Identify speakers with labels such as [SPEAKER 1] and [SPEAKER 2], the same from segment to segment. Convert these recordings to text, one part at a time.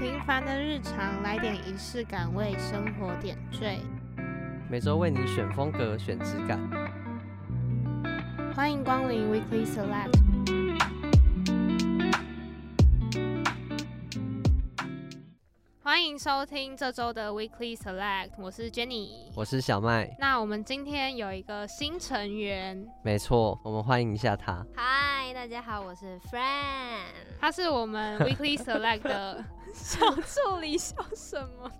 [SPEAKER 1] 平凡的日常来点仪式感，为生活点缀。
[SPEAKER 2] 每周为你选风格、选质感。
[SPEAKER 1] 欢迎光临 Weekly Select。欢迎收听这周的 Weekly Select，我是 Jenny。
[SPEAKER 2] 我是小麦，
[SPEAKER 1] 那我们今天有一个新成员，
[SPEAKER 2] 没错，我们欢迎一下他。
[SPEAKER 3] 嗨，大家好，我是 Fran。
[SPEAKER 1] 他是我 们 Weekly Select 的小助理，笑什么？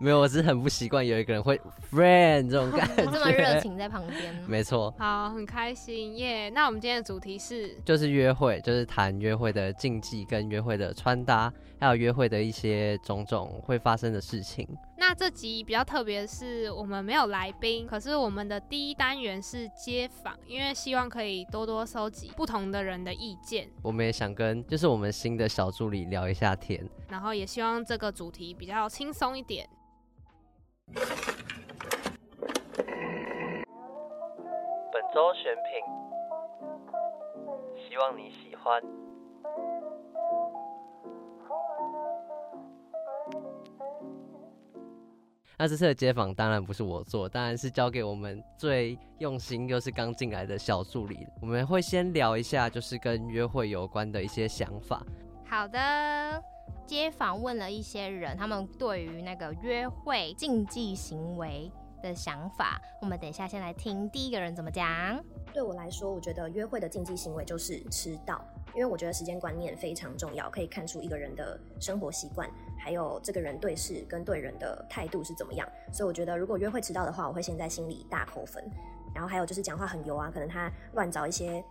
[SPEAKER 2] 没有，我只是很不习惯有一个人会 friend 这种感觉，
[SPEAKER 3] 这么热。情在旁边，
[SPEAKER 2] 没错，
[SPEAKER 1] 好，很开心耶那我们今天的主题是
[SPEAKER 2] 就是约会，就是谈约会的禁忌跟约会的穿搭，还有约会的一些种种会发生的事情。
[SPEAKER 1] 那这集比较特别的是，我们没有来宾，可是我们的第一单元是街访，因为希望可以多多收集不同的人的意见，
[SPEAKER 2] 我们也想跟就是我们新的小助理聊一下天。
[SPEAKER 1] 然后也希望这个主题比较轻松一点。
[SPEAKER 2] 本周选品，希望你喜欢。那这次的街访当然不是我做，当然是交给我们最用心又是刚进来的小助理。我们会先聊一下，就是跟约会有关的一些想法。
[SPEAKER 3] 好的，街访问了一些人，他们对于那个约会禁忌行为的想法。我们等一下先来听第一个人怎么讲。
[SPEAKER 4] 对我来说，我觉得约会的禁忌行为就是迟到，因为我觉得时间观念非常重要，可以看出一个人的生活习惯，还有这个人对事跟对人的态度是怎么样。所以我觉得，如果约会迟到的话，我会先在心里大扣分。然后还有就是讲话很油啊，可能他乱找一些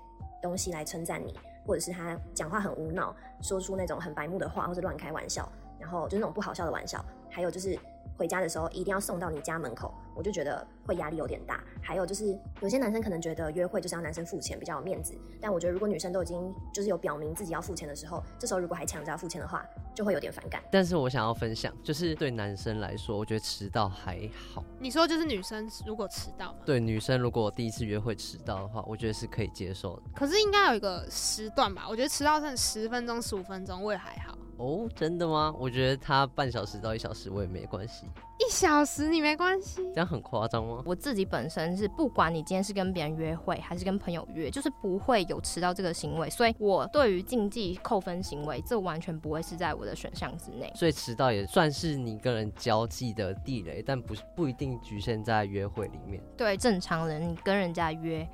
[SPEAKER 4] 东西来称赞你，或者是他讲话很无脑，说出那种很白目的话，或者乱开玩笑，然后就是那种不好笑的玩笑。还有就是回家的时候一定要送到你家门口，我就觉得会压力有点大。还有就是有些男生可能觉得约会就是要男生付钱比较有面子，但我觉得如果女生都已经就是有表明自己要付钱的时候，这时候如果还抢着要付钱的话，就会有点反感。
[SPEAKER 2] 但是我想要分享，就是对男生来说，我觉得迟到还好。
[SPEAKER 1] 你说就是女生如果迟到吗？
[SPEAKER 2] 对女生，如果第一次约会迟到的话，我觉得是可以接受的。
[SPEAKER 1] 可是应该有一个时段吧？我觉得迟到剩十分钟、十五分钟，我也还好。
[SPEAKER 2] 哦，真的吗？我觉得他半小时到一小时我也没关系，
[SPEAKER 1] 一小时你没关系
[SPEAKER 2] 这，样很夸张吗？
[SPEAKER 3] 我自己本身是，不管你今天是跟别人约会还是跟朋友约，就是不会有迟到这个行为，所以我对于禁忌扣分行为，这完全不会是在我的选项之内。
[SPEAKER 2] 所以迟到也算是你跟人交际的地雷，但不是不一定局限在约会里面。
[SPEAKER 3] 对正常人，你跟人家约，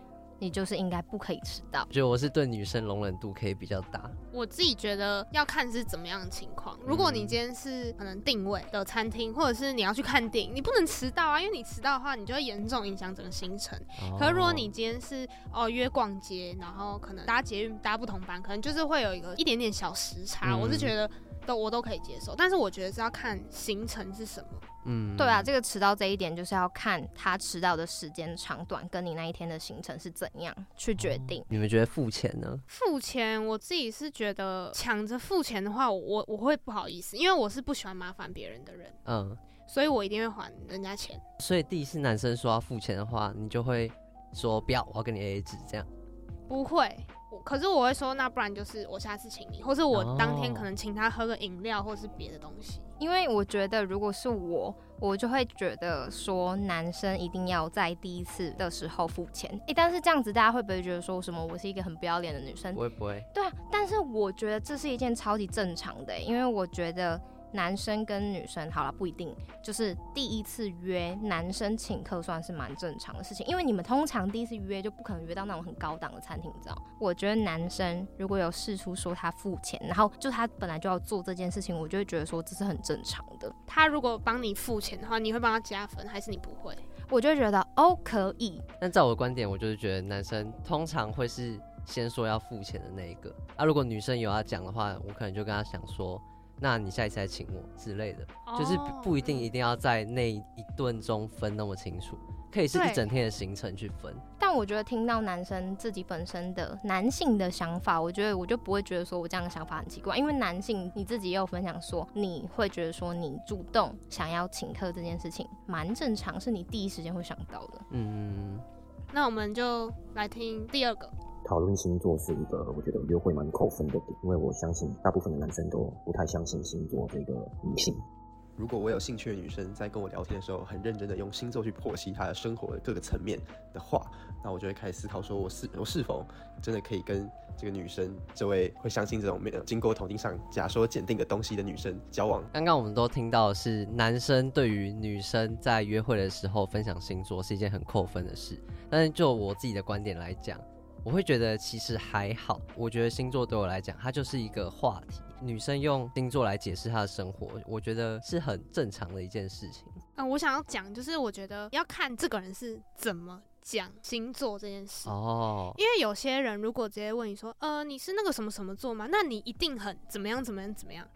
[SPEAKER 3] 你就是应该不可以迟到
[SPEAKER 2] 我。觉得我是对女生容忍度可以比较大，
[SPEAKER 1] 我自己觉得要看是怎么样的情况。如果你今天是可能定位的餐厅，或者是你要去看电影，你不能迟到啊，因为你迟到的话，你就会严重影响整个行程。
[SPEAKER 2] 哦
[SPEAKER 1] 可是如果你今天是哦约逛街，然后可能搭捷运搭不同班，可能就是会有一个一点点小时差，
[SPEAKER 2] 嗯
[SPEAKER 1] 我是觉得都我都可以接受。但是我觉得是要看行程是什么。
[SPEAKER 2] 嗯
[SPEAKER 3] 对啊，，这个迟到这一点就是要看他迟到的时间长短，跟你那一天的行程是怎样去决定。
[SPEAKER 2] 你们觉得付钱呢？
[SPEAKER 1] 付钱，我自己是觉得抢着付钱的话，我我我会不好意思，因为我是不喜欢麻烦别人的人，
[SPEAKER 2] 嗯，
[SPEAKER 1] 所以我一定会还人家钱。
[SPEAKER 2] 所以第一次男生说要付钱的话，你就会说不要，我要跟你 AA 制这样。
[SPEAKER 1] 不会，我可是我会说，那不然就是我下次请你，或是我当
[SPEAKER 2] 哦
[SPEAKER 1] 天可能请他喝个饮料，或是别的东西。
[SPEAKER 3] 因为我觉得，如果是我，我就会觉得说，男生一定要在第一次的时候付钱。诶，但是这样子大家会不会觉得说什么我是一个很不要脸的女生？
[SPEAKER 2] 不会不会，
[SPEAKER 3] 对啊，但是我觉得这是一件超级正常的欸，因为我觉得男生跟女生好了不一定，就是第一次约男生请客算是蛮正常的事情，因为你们通常第一次约就不可能约到那种很高档的餐厅，你知道？我觉得男生如果有试出说他付钱，然后就他本来就要做这件事情，我就会觉得说这是很正常的，
[SPEAKER 1] 他如果帮你付钱的话，你会帮他加分，还是你不会？
[SPEAKER 3] 我就会觉得哦可以，
[SPEAKER 2] 但在我的观点，我就是觉得男生通常会是先说要付钱的那一个。啊，如果女生有要讲的话，我可能就跟她讲说，那你下一次再请我之类的，就是
[SPEAKER 1] 哦
[SPEAKER 2] 不不一
[SPEAKER 1] 嗯
[SPEAKER 2] 定一定要在那一顿中分那么清楚，可以是
[SPEAKER 1] 对
[SPEAKER 2] 一整天的行程去分。
[SPEAKER 3] 但我觉得听到男生自己本身的男性的想法，我觉得我就不会觉得说我这样的想法很奇怪，因为男性你自己也有分享说，你会觉得说你主动想要请客这件事情蛮正常，是你第一时间会想到的。
[SPEAKER 2] 嗯，
[SPEAKER 1] 那我们就来听第二个。
[SPEAKER 5] 讨论星座是一个我觉得约会蛮扣分的点，因为我相信大部分的男生都不太相信星座这个迷信。
[SPEAKER 6] 如果我有兴趣的女生在跟我聊天的时候，很认真的用星座去剖析她的生活的各个层面的话，那我就会开始思考，说我是我是否真的可以跟这个女生，这位会相信这种没有经过统计上假说鉴定的东西的女生交往。
[SPEAKER 2] 刚刚我们都听到的是男生对于女生在约会的时候分享星座是一件很扣分的事，但是就我自己的观点来讲，我会觉得其实还好。我觉得星座对我来讲，它就是一个话题。女生用星座来解释她的生活，我觉得是很正常的一件事情。
[SPEAKER 1] 嗯，我想要讲就是，我觉得要看这个人是怎么讲星座这件事。
[SPEAKER 2] 哦，
[SPEAKER 1] 因为有些人如果直接问你说，呃，你是那个什么什么座吗？那你一定很怎么样怎么样怎么样，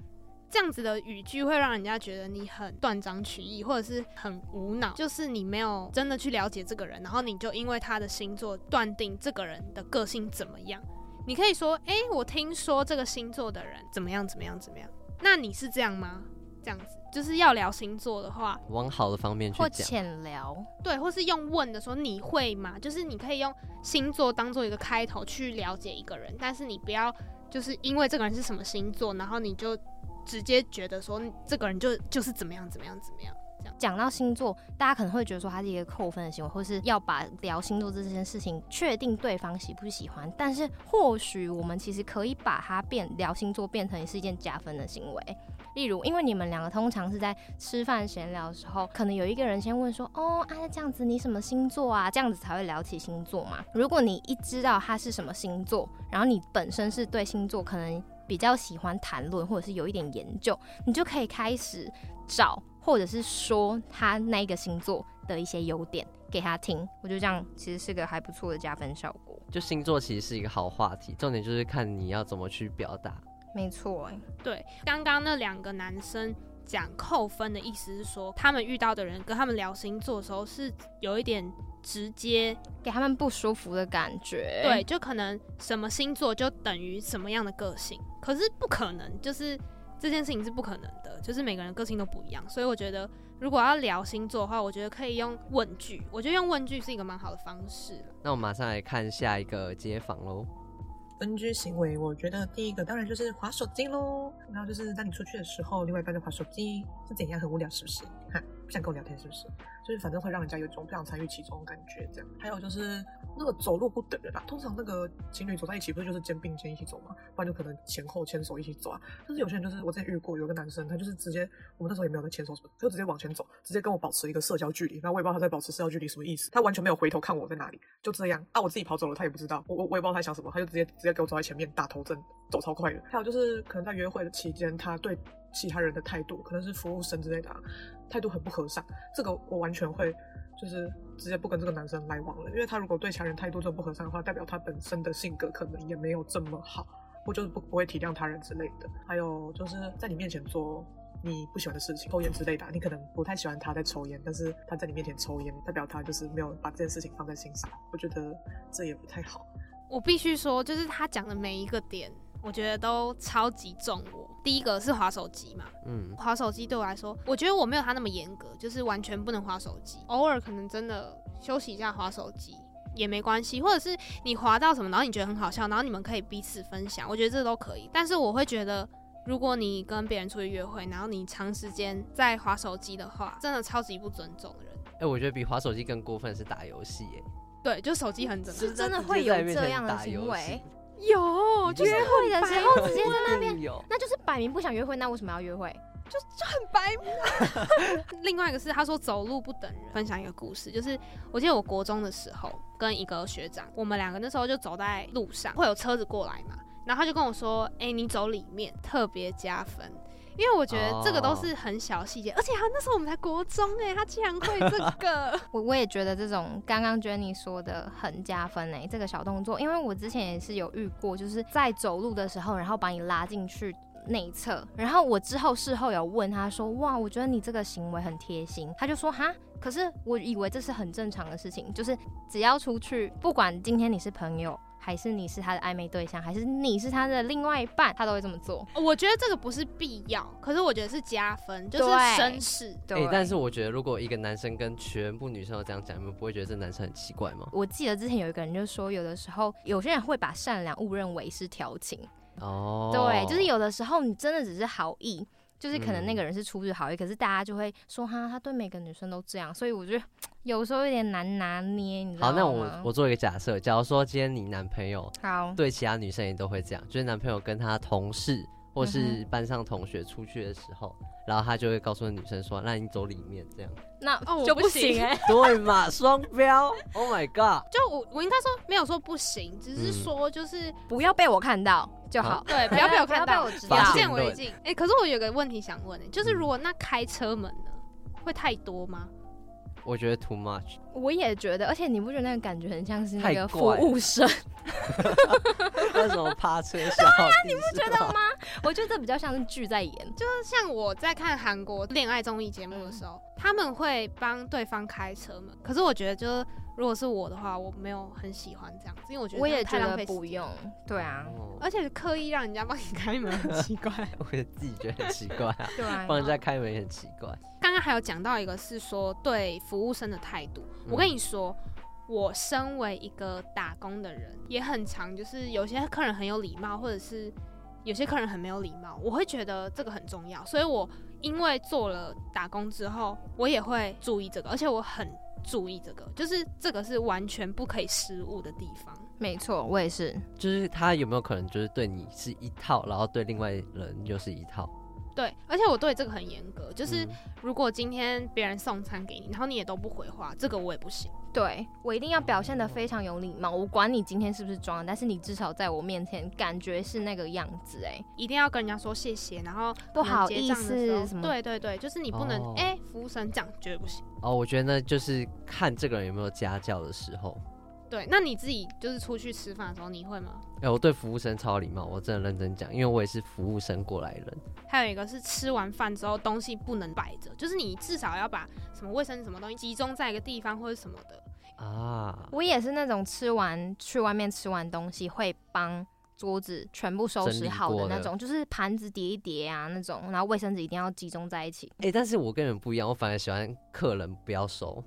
[SPEAKER 1] 这样子的语句会让人家觉得你很断章取义，或者是很无脑，就是你没有真的去了解这个人，然后你就因为他的星座断定这个人的个性怎么样。你可以说，诶，我听说这个星座的人怎么样怎么样怎么样，那你是这样吗？这样子就是要聊星座的话，
[SPEAKER 2] 往好的方面去
[SPEAKER 3] 或
[SPEAKER 2] 讲。
[SPEAKER 3] 浅聊，
[SPEAKER 1] 对，或是用问的说你会吗？就是你可以用星座当做一个开头去了解一个人，但是你不要就是因为这个人是什么星座，然后你就直接觉得说这个人就就是怎么样怎么样怎么样。
[SPEAKER 3] 讲到星座，大家可能会觉得说它是一个扣分的行为，或是要把聊星座这件事情确定对方喜不喜欢。但是或许我们其实可以把它变聊星座变成是一件加分的行为。例如，因为你们两个通常是在吃饭闲聊的时候，可能有一个人先问说：“哦，啊，这样子你什么星座啊？”这样子才会聊起星座嘛。如果你一知道他是什么星座，然后你本身是对星座可能比较喜欢谈论，或者是有一点研究，你就可以开始找或者是说他那一个星座的一些优点给他听，我觉得这样其实是个还不错的加分效果。
[SPEAKER 2] 就星座其实是一个好话题，重点就是看你要怎么去表达。
[SPEAKER 3] 没错，哎
[SPEAKER 1] 对，刚刚那两个男生讲扣分的意思是说，他们遇到的人跟他们聊星座的时候是有一点直接，
[SPEAKER 3] 给他们不舒服的感觉。
[SPEAKER 1] 对，，就可能什么星座就等于什么样的个性，可是不可能，就是这件事情是不可能的，就是每个人个性都不一样，所以我觉得如果要聊星座的话，我觉得可以用问句，我觉得用问句是一个蛮好的方式啦。
[SPEAKER 2] 那我们马上来看下一个街访喽。
[SPEAKER 7] NG 行为，我觉得第一个当然就是划手机喽，然后就是当你出去的时候，另外一半在划手机，是怎样很无聊是不是？哈，不想跟我聊天是不是？就是反正会让人家有一种不想参与其中的感觉，这样。还有就是那个走路不等人啊，通常那个情侣走在一起不是就是肩并肩一起走吗？不然就可能前后牵手一起走啊。但是有些人就是我之前遇过有个男生，他就是直接我们那时候也没有在牵手什么，他就直接往前走，直接跟我保持一个社交距离，然后我也不知道他在保持社交距离什么意思，他完全没有回头看我在哪里，就这样啊，我自己跑走了，他也不知道，我我我也不知道他在想什么，他就直接直接给我走在前面打头阵，走超快的。还有就是可能在约会的期间，他对其他人的态度，可能是服务生之类的、啊，态度很不和善，这个我完全会。就是直接不跟这个男生来往了，因为他如果对其他人态度这么不和善的话，代表他本身的性格可能也没有这么好。或就是不不会体谅他人之类的。还有就是在你面前做你不喜欢的事情，抽烟之类的啊，你可能不太喜欢他在抽烟，但是他在你面前抽烟，代表他就是没有把这件事情放在心上。我觉得这也不太好。
[SPEAKER 1] 我必须说，就是他讲的每一个点，我觉得都超级中我。第一个是划手机嘛，
[SPEAKER 2] 嗯，
[SPEAKER 1] 划手机对我来说，我觉得我没有他那么严格，就是完全不能划手机，偶尔可能真的休息一下划手机也没关系，或者是你划到什么，然后你觉得很好笑，然后你们可以彼此分享，我觉得这都可以。但是我会觉得，如果你跟别人出去约会，然后你长时间在划手机的话，真的超级不尊重人。
[SPEAKER 2] 哎、我觉得比划手机更过分的是打游戏耶，
[SPEAKER 1] 对，就手机很整
[SPEAKER 3] 是真的
[SPEAKER 2] 直接
[SPEAKER 3] 会有
[SPEAKER 2] 在面前
[SPEAKER 3] 这样的
[SPEAKER 2] 打
[SPEAKER 3] 行
[SPEAKER 2] 游戏
[SPEAKER 3] 为，
[SPEAKER 1] 有，
[SPEAKER 2] 就是
[SPEAKER 1] 约
[SPEAKER 3] 会的时候直接在那边，
[SPEAKER 2] 边有。
[SPEAKER 3] 那就是摆明不想约会，那为什么要约会？
[SPEAKER 1] 就就很白目。另外一个是他说走路不等人，分享一个故事，就是我记得我国中的时候跟一个学长，我们两个那时候就走在路上，会有车子过来嘛，然后他就跟我说：“哎、你走里面特别加分。”因为我觉得这个都是很小细节而且他那时候我们才国中哎、他竟然会这个，
[SPEAKER 3] 我我也觉得这种刚刚 Jenny 说的很加分诶、这个小动作，因为我之前也是有遇过，就是在走路的时候，然后把你拉进去内侧，然后我之后事后有问他说，哇，我觉得你这个行为很贴心，他就说哈，可是我以为这是很正常的事情，就是只要出去，不管今天你是朋友。还是你是他的暧昧对象，还是你是他的另外一半，他都会这么做。
[SPEAKER 1] 我觉得这个不是必要，可是我觉得是加分，就是
[SPEAKER 3] 对
[SPEAKER 1] 绅士。
[SPEAKER 3] 对，
[SPEAKER 2] 欸但是我觉得如果一个男生跟全部女生都这样讲，你们不会觉得这男生很奇怪吗？
[SPEAKER 3] 我记得之前有一个人就说，有的时候有些人会把善良误认为是调情，
[SPEAKER 2] 哦，嗯
[SPEAKER 3] 对，就是有的时候你真的只是好意，就是可能那个人是出于好意，可是大家就会说哈，他对每个女生都这样，所以我觉得有时候有点难拿捏，你知道
[SPEAKER 2] 好，
[SPEAKER 3] 吗？
[SPEAKER 2] 那我我做一个假设，假如说今天你男朋友
[SPEAKER 3] 好，
[SPEAKER 2] 对其他女生也都会这样，就是男朋友跟他同事或
[SPEAKER 3] 嗯
[SPEAKER 2] 是班上同学出去的时候，然后他就会告诉女生说：“那你走里面。”这样
[SPEAKER 3] 那
[SPEAKER 1] 哦我
[SPEAKER 3] 就
[SPEAKER 1] 不
[SPEAKER 3] 不
[SPEAKER 1] 行
[SPEAKER 3] 行哎、
[SPEAKER 2] 对嘛？双标！Oh my god！
[SPEAKER 1] 就我我应该说没有说不行，只是
[SPEAKER 2] 嗯
[SPEAKER 1] 说就是、
[SPEAKER 3] 不要被我看到就好。
[SPEAKER 2] 啊
[SPEAKER 1] 呃对，不要被我
[SPEAKER 3] 不要
[SPEAKER 1] 看
[SPEAKER 3] 被
[SPEAKER 1] 到，
[SPEAKER 3] 我知
[SPEAKER 2] 道
[SPEAKER 1] 眼
[SPEAKER 2] 发
[SPEAKER 1] 不
[SPEAKER 2] 现
[SPEAKER 1] 见为
[SPEAKER 2] 论
[SPEAKER 1] 净。哎、可是我有个问题想问、欸，就是
[SPEAKER 3] 嗯
[SPEAKER 1] 如果那开车门呢，会太多吗？
[SPEAKER 2] 我觉得 too much，
[SPEAKER 3] 我也觉得，而且你不觉得那个感觉很像是那
[SPEAKER 2] 太
[SPEAKER 3] 个服
[SPEAKER 2] 怪了
[SPEAKER 3] 务生？
[SPEAKER 2] 那什么趴车小弟是吧，你不
[SPEAKER 3] 啊觉得吗？我觉得这比较像是剧在演，就
[SPEAKER 1] 像我在看韩国恋爱综艺节目的
[SPEAKER 3] 嗯
[SPEAKER 1] 时候，他们会帮对方开车门，可是我觉得就是如果是我的话，我没有很喜欢这样子，因为我觉得
[SPEAKER 3] 我也
[SPEAKER 1] 太
[SPEAKER 3] 觉
[SPEAKER 1] 浪
[SPEAKER 3] 得
[SPEAKER 1] 费时
[SPEAKER 3] 不
[SPEAKER 1] 间
[SPEAKER 3] 用。。对啊，
[SPEAKER 2] 哦
[SPEAKER 1] 而且刻意让人家帮你开门，很奇怪。
[SPEAKER 2] 我也自己觉得很奇怪啊，
[SPEAKER 3] 对啊
[SPEAKER 2] 帮人家开门也很奇怪。
[SPEAKER 1] 刚刚还有讲到一个是说对服务生的态度，我跟你说。我身为一个打工的人，也很常就是有些客人很有礼貌，或者是有些客人很没有礼貌，我会觉得这个很重要，所以我因为做了打工之后，我也会注意这个，而且我很注意这个，就是这个是完全不可以失误的地方。
[SPEAKER 3] 没错，我也是。
[SPEAKER 2] 就是他有没有可能就是对你是一套，然后对另外人又是一套？
[SPEAKER 1] 对，而且我对这个很严格，就是
[SPEAKER 2] 嗯
[SPEAKER 1] 如果今天别人送餐给你，然后你也都不回话，这个我也不行。
[SPEAKER 3] 对我一定要表现的非常有礼貌，我管你今天是不是装的，但是你至少在我面前感觉是那个样子、哎，
[SPEAKER 1] 一定要跟人家说谢谢，然后
[SPEAKER 3] 不好
[SPEAKER 1] 可能
[SPEAKER 3] 意
[SPEAKER 1] 结账的时候
[SPEAKER 3] 思什么
[SPEAKER 1] 对对对，就是你不能
[SPEAKER 2] 哦
[SPEAKER 1] 哎、服务生这样绝对不行。
[SPEAKER 2] 哦，我觉得那就是看这个人有没有家教的时候。
[SPEAKER 1] 对，那你自己就是出去吃饭的时候，你会吗？
[SPEAKER 2] 哎、我对服务生超礼貌，我真的认真讲，因为我也是服务生过来人。
[SPEAKER 1] 还有一个是吃完饭之后东西不能摆着，就是你至少要把什么卫生纸什么东西集中在一个地方或者什么的。
[SPEAKER 2] 啊，
[SPEAKER 3] 我也是那种吃完去外面吃完东西会帮。桌子全部收拾好的那
[SPEAKER 2] 整理过
[SPEAKER 3] 种，就是盘子叠一叠啊那种，然后卫生纸一定要集中在一起。
[SPEAKER 2] 哎、但是我跟人不一样，我反而喜欢客人不要收，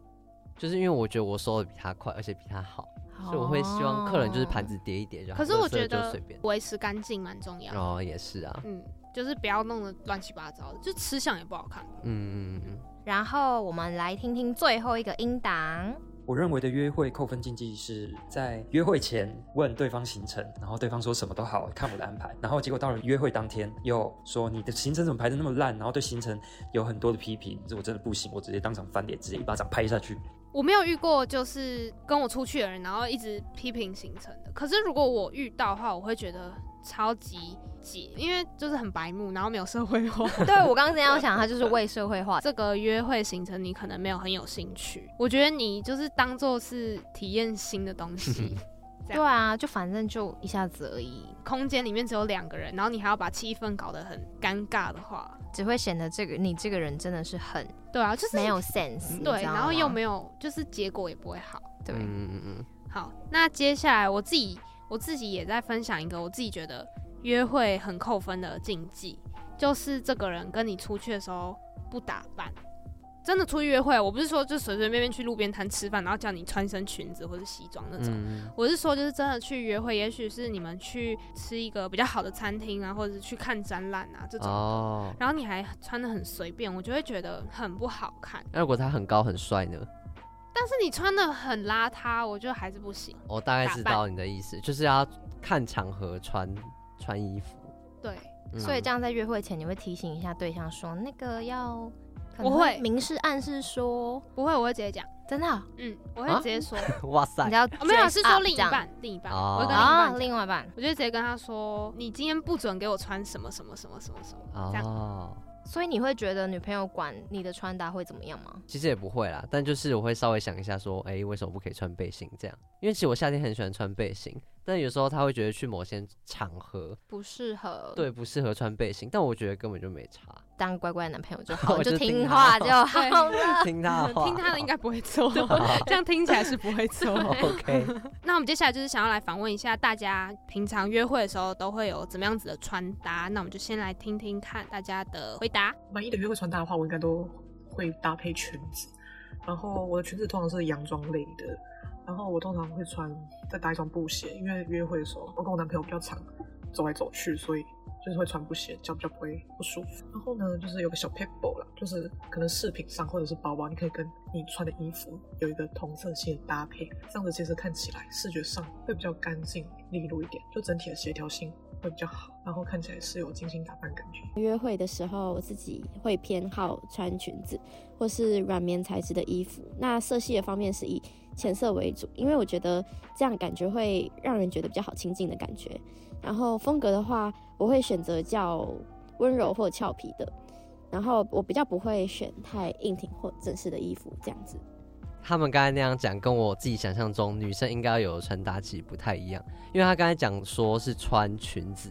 [SPEAKER 2] 就是因为我觉得我收的比他快，而且比他好，所以我会希望客人就是
[SPEAKER 3] 哦
[SPEAKER 2] 盘子叠一叠就好。
[SPEAKER 1] 哦可是我
[SPEAKER 2] 啊垃圾
[SPEAKER 1] 觉
[SPEAKER 2] 就
[SPEAKER 1] 得
[SPEAKER 2] 随便。
[SPEAKER 1] 维持干净蛮重要的。
[SPEAKER 2] 哦，也是啊，
[SPEAKER 1] 嗯，就是不要弄得乱七八糟的，就吃相也不好看。
[SPEAKER 2] 嗯嗯嗯
[SPEAKER 3] 然后我们来听听最后一个音档，
[SPEAKER 8] 我认为的约会扣分禁忌是在约会前问对方行程，然后对方说什么都好，看我的安排，然后结果到了约会当天又说你的行程怎么排的那么烂，然后对行程有很多的批评，这我真的不行，我直接当场翻脸，直接一巴掌拍下去。
[SPEAKER 1] 我没有遇过就是跟我出去的人，然后一直批评行程的。可是如果我遇到的话，我会觉得超级解，因为就是很白目，然后没有社会化。
[SPEAKER 3] 对我刚刚这样想，他就是为社会化。
[SPEAKER 1] 这个约会行程你可能没有很有兴趣，我觉得你就是当做是体验新的东西。 这
[SPEAKER 3] 对
[SPEAKER 1] 样
[SPEAKER 3] 啊，就反正就一下子而已，
[SPEAKER 1] 空间里面只有两个人，然后你还要把气氛搞得很尴尬的话，
[SPEAKER 3] 只会显得这个你这个人真的是很
[SPEAKER 1] 对啊，就是
[SPEAKER 3] 没有 sense，
[SPEAKER 1] 对，然后又没
[SPEAKER 3] 有
[SPEAKER 1] 有，就是结果也不会好。
[SPEAKER 3] 对
[SPEAKER 2] 嗯，嗯嗯
[SPEAKER 1] 好，那接下来我自己我自己也在分享一个我自己觉得约会很扣分的禁忌，就是这个人跟你出去的时候不打扮。真的出去约会，我不是说就随随便便去路边摊吃饭，然后叫你穿身裙子或者西装那
[SPEAKER 2] 嗯
[SPEAKER 1] 种。
[SPEAKER 2] 嗯，
[SPEAKER 1] 我是说，就是真的去约会，也许是你们去吃一个比较好的餐厅啊，或者是去看展览啊这种。
[SPEAKER 2] 哦。
[SPEAKER 1] 然后你还穿的很随便，我就会觉得很不好看。
[SPEAKER 2] 那如果他很高很帅呢？
[SPEAKER 1] 但是你穿的很邋遢，我觉得还是不行。
[SPEAKER 2] 我大概
[SPEAKER 1] 打
[SPEAKER 2] 知
[SPEAKER 1] 扮
[SPEAKER 2] 道你的意思，就是要看场合穿穿衣服。
[SPEAKER 1] 对，
[SPEAKER 2] 嗯
[SPEAKER 3] 所以这样在约会前你会提醒一下对象说那个要，可能
[SPEAKER 1] 我会
[SPEAKER 3] 明示暗示说
[SPEAKER 1] 不会，我会直接讲。
[SPEAKER 3] 真的哦，
[SPEAKER 1] 嗯，我会直接说，
[SPEAKER 2] 哇塞
[SPEAKER 3] 你知，道
[SPEAKER 1] 哦没有
[SPEAKER 3] dress
[SPEAKER 1] 是说
[SPEAKER 3] up
[SPEAKER 1] 另一
[SPEAKER 3] 这样
[SPEAKER 1] 半，另一半，
[SPEAKER 2] 哦
[SPEAKER 1] 我会跟另一
[SPEAKER 3] 啊
[SPEAKER 1] 半，讲，
[SPEAKER 3] 另外一半，
[SPEAKER 1] 我就直接跟他说，你今天不准给我穿什么什么什么什么什么，这样
[SPEAKER 2] 哦，
[SPEAKER 3] 所以你会觉得女朋友管你的穿搭会怎么样吗？
[SPEAKER 2] 其实也不会啦，但就是我会稍微想一下说，哎、为什么不可以穿背心这样？因为其实我夏天很喜欢穿背心，但有时候他会觉得去某些场合
[SPEAKER 3] 不适合，，
[SPEAKER 2] 对不适合穿背心，但我觉得根本就没差，
[SPEAKER 3] 当乖乖的男朋 友就好，
[SPEAKER 2] 我就
[SPEAKER 3] 就
[SPEAKER 2] 听
[SPEAKER 3] 听
[SPEAKER 2] 话
[SPEAKER 3] 话就好了。
[SPEAKER 2] 听他的话，
[SPEAKER 1] 听他的应该不会错， 这样听起来是不会错。
[SPEAKER 2] OK，
[SPEAKER 1] 那我们接下来就是想要来访问一下大家平常约会的时候都会有怎么样子的穿搭，那我们就先来听听看大家的回答。
[SPEAKER 7] 满意的约会穿搭的话，我应该都会搭配裙子，然后我的裙子通常是洋装类的，然后我通常会穿再搭一双布鞋，因为约会的时候我跟我男朋友比较常走来走去，所以就是会穿布鞋，脚比较不会不舒服。然后呢，就是有个小 paper 啦，就是可能饰品上或者是包包，你可以跟你穿的衣服有一个同色系的搭配，这样子其实看起来视觉上会比较干净利落一点，就整体的协调性会比较好，然后看起来是有精心打扮的感觉。
[SPEAKER 9] 约会的时候，我自己会偏好穿裙子或是软棉材质的衣服。那色系的方面是以浅色为主，因为我觉得这样感觉会让人觉得比较好亲近的感觉。然后风格的话，我会选择较温柔或俏皮的，然后我比较不会选太硬挺或正式的衣服这样子。
[SPEAKER 2] 他们刚才那样讲，跟我自己想象中女生应该要有的穿搭其实不太一样，因为他刚才讲说是穿裙子，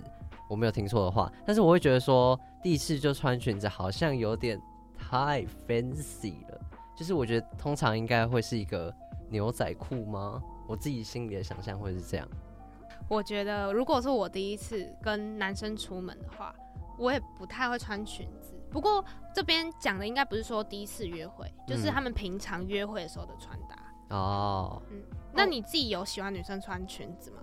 [SPEAKER 2] 我没有听错的话，但是我会觉得说第一次就穿裙子好像有点太 fancy 了，就是我觉得通常应该会是一个牛仔裤吗？我自己心里的想象会是这样，
[SPEAKER 1] 我觉得如果是我第一次跟男生出门的话，我也不太会穿裙子。不过这边讲的应该不是说第一次约会，就是
[SPEAKER 2] 嗯
[SPEAKER 1] 他们平常约会的时候的穿搭。
[SPEAKER 2] 哦，
[SPEAKER 1] 那你自己有喜欢女生穿裙子吗？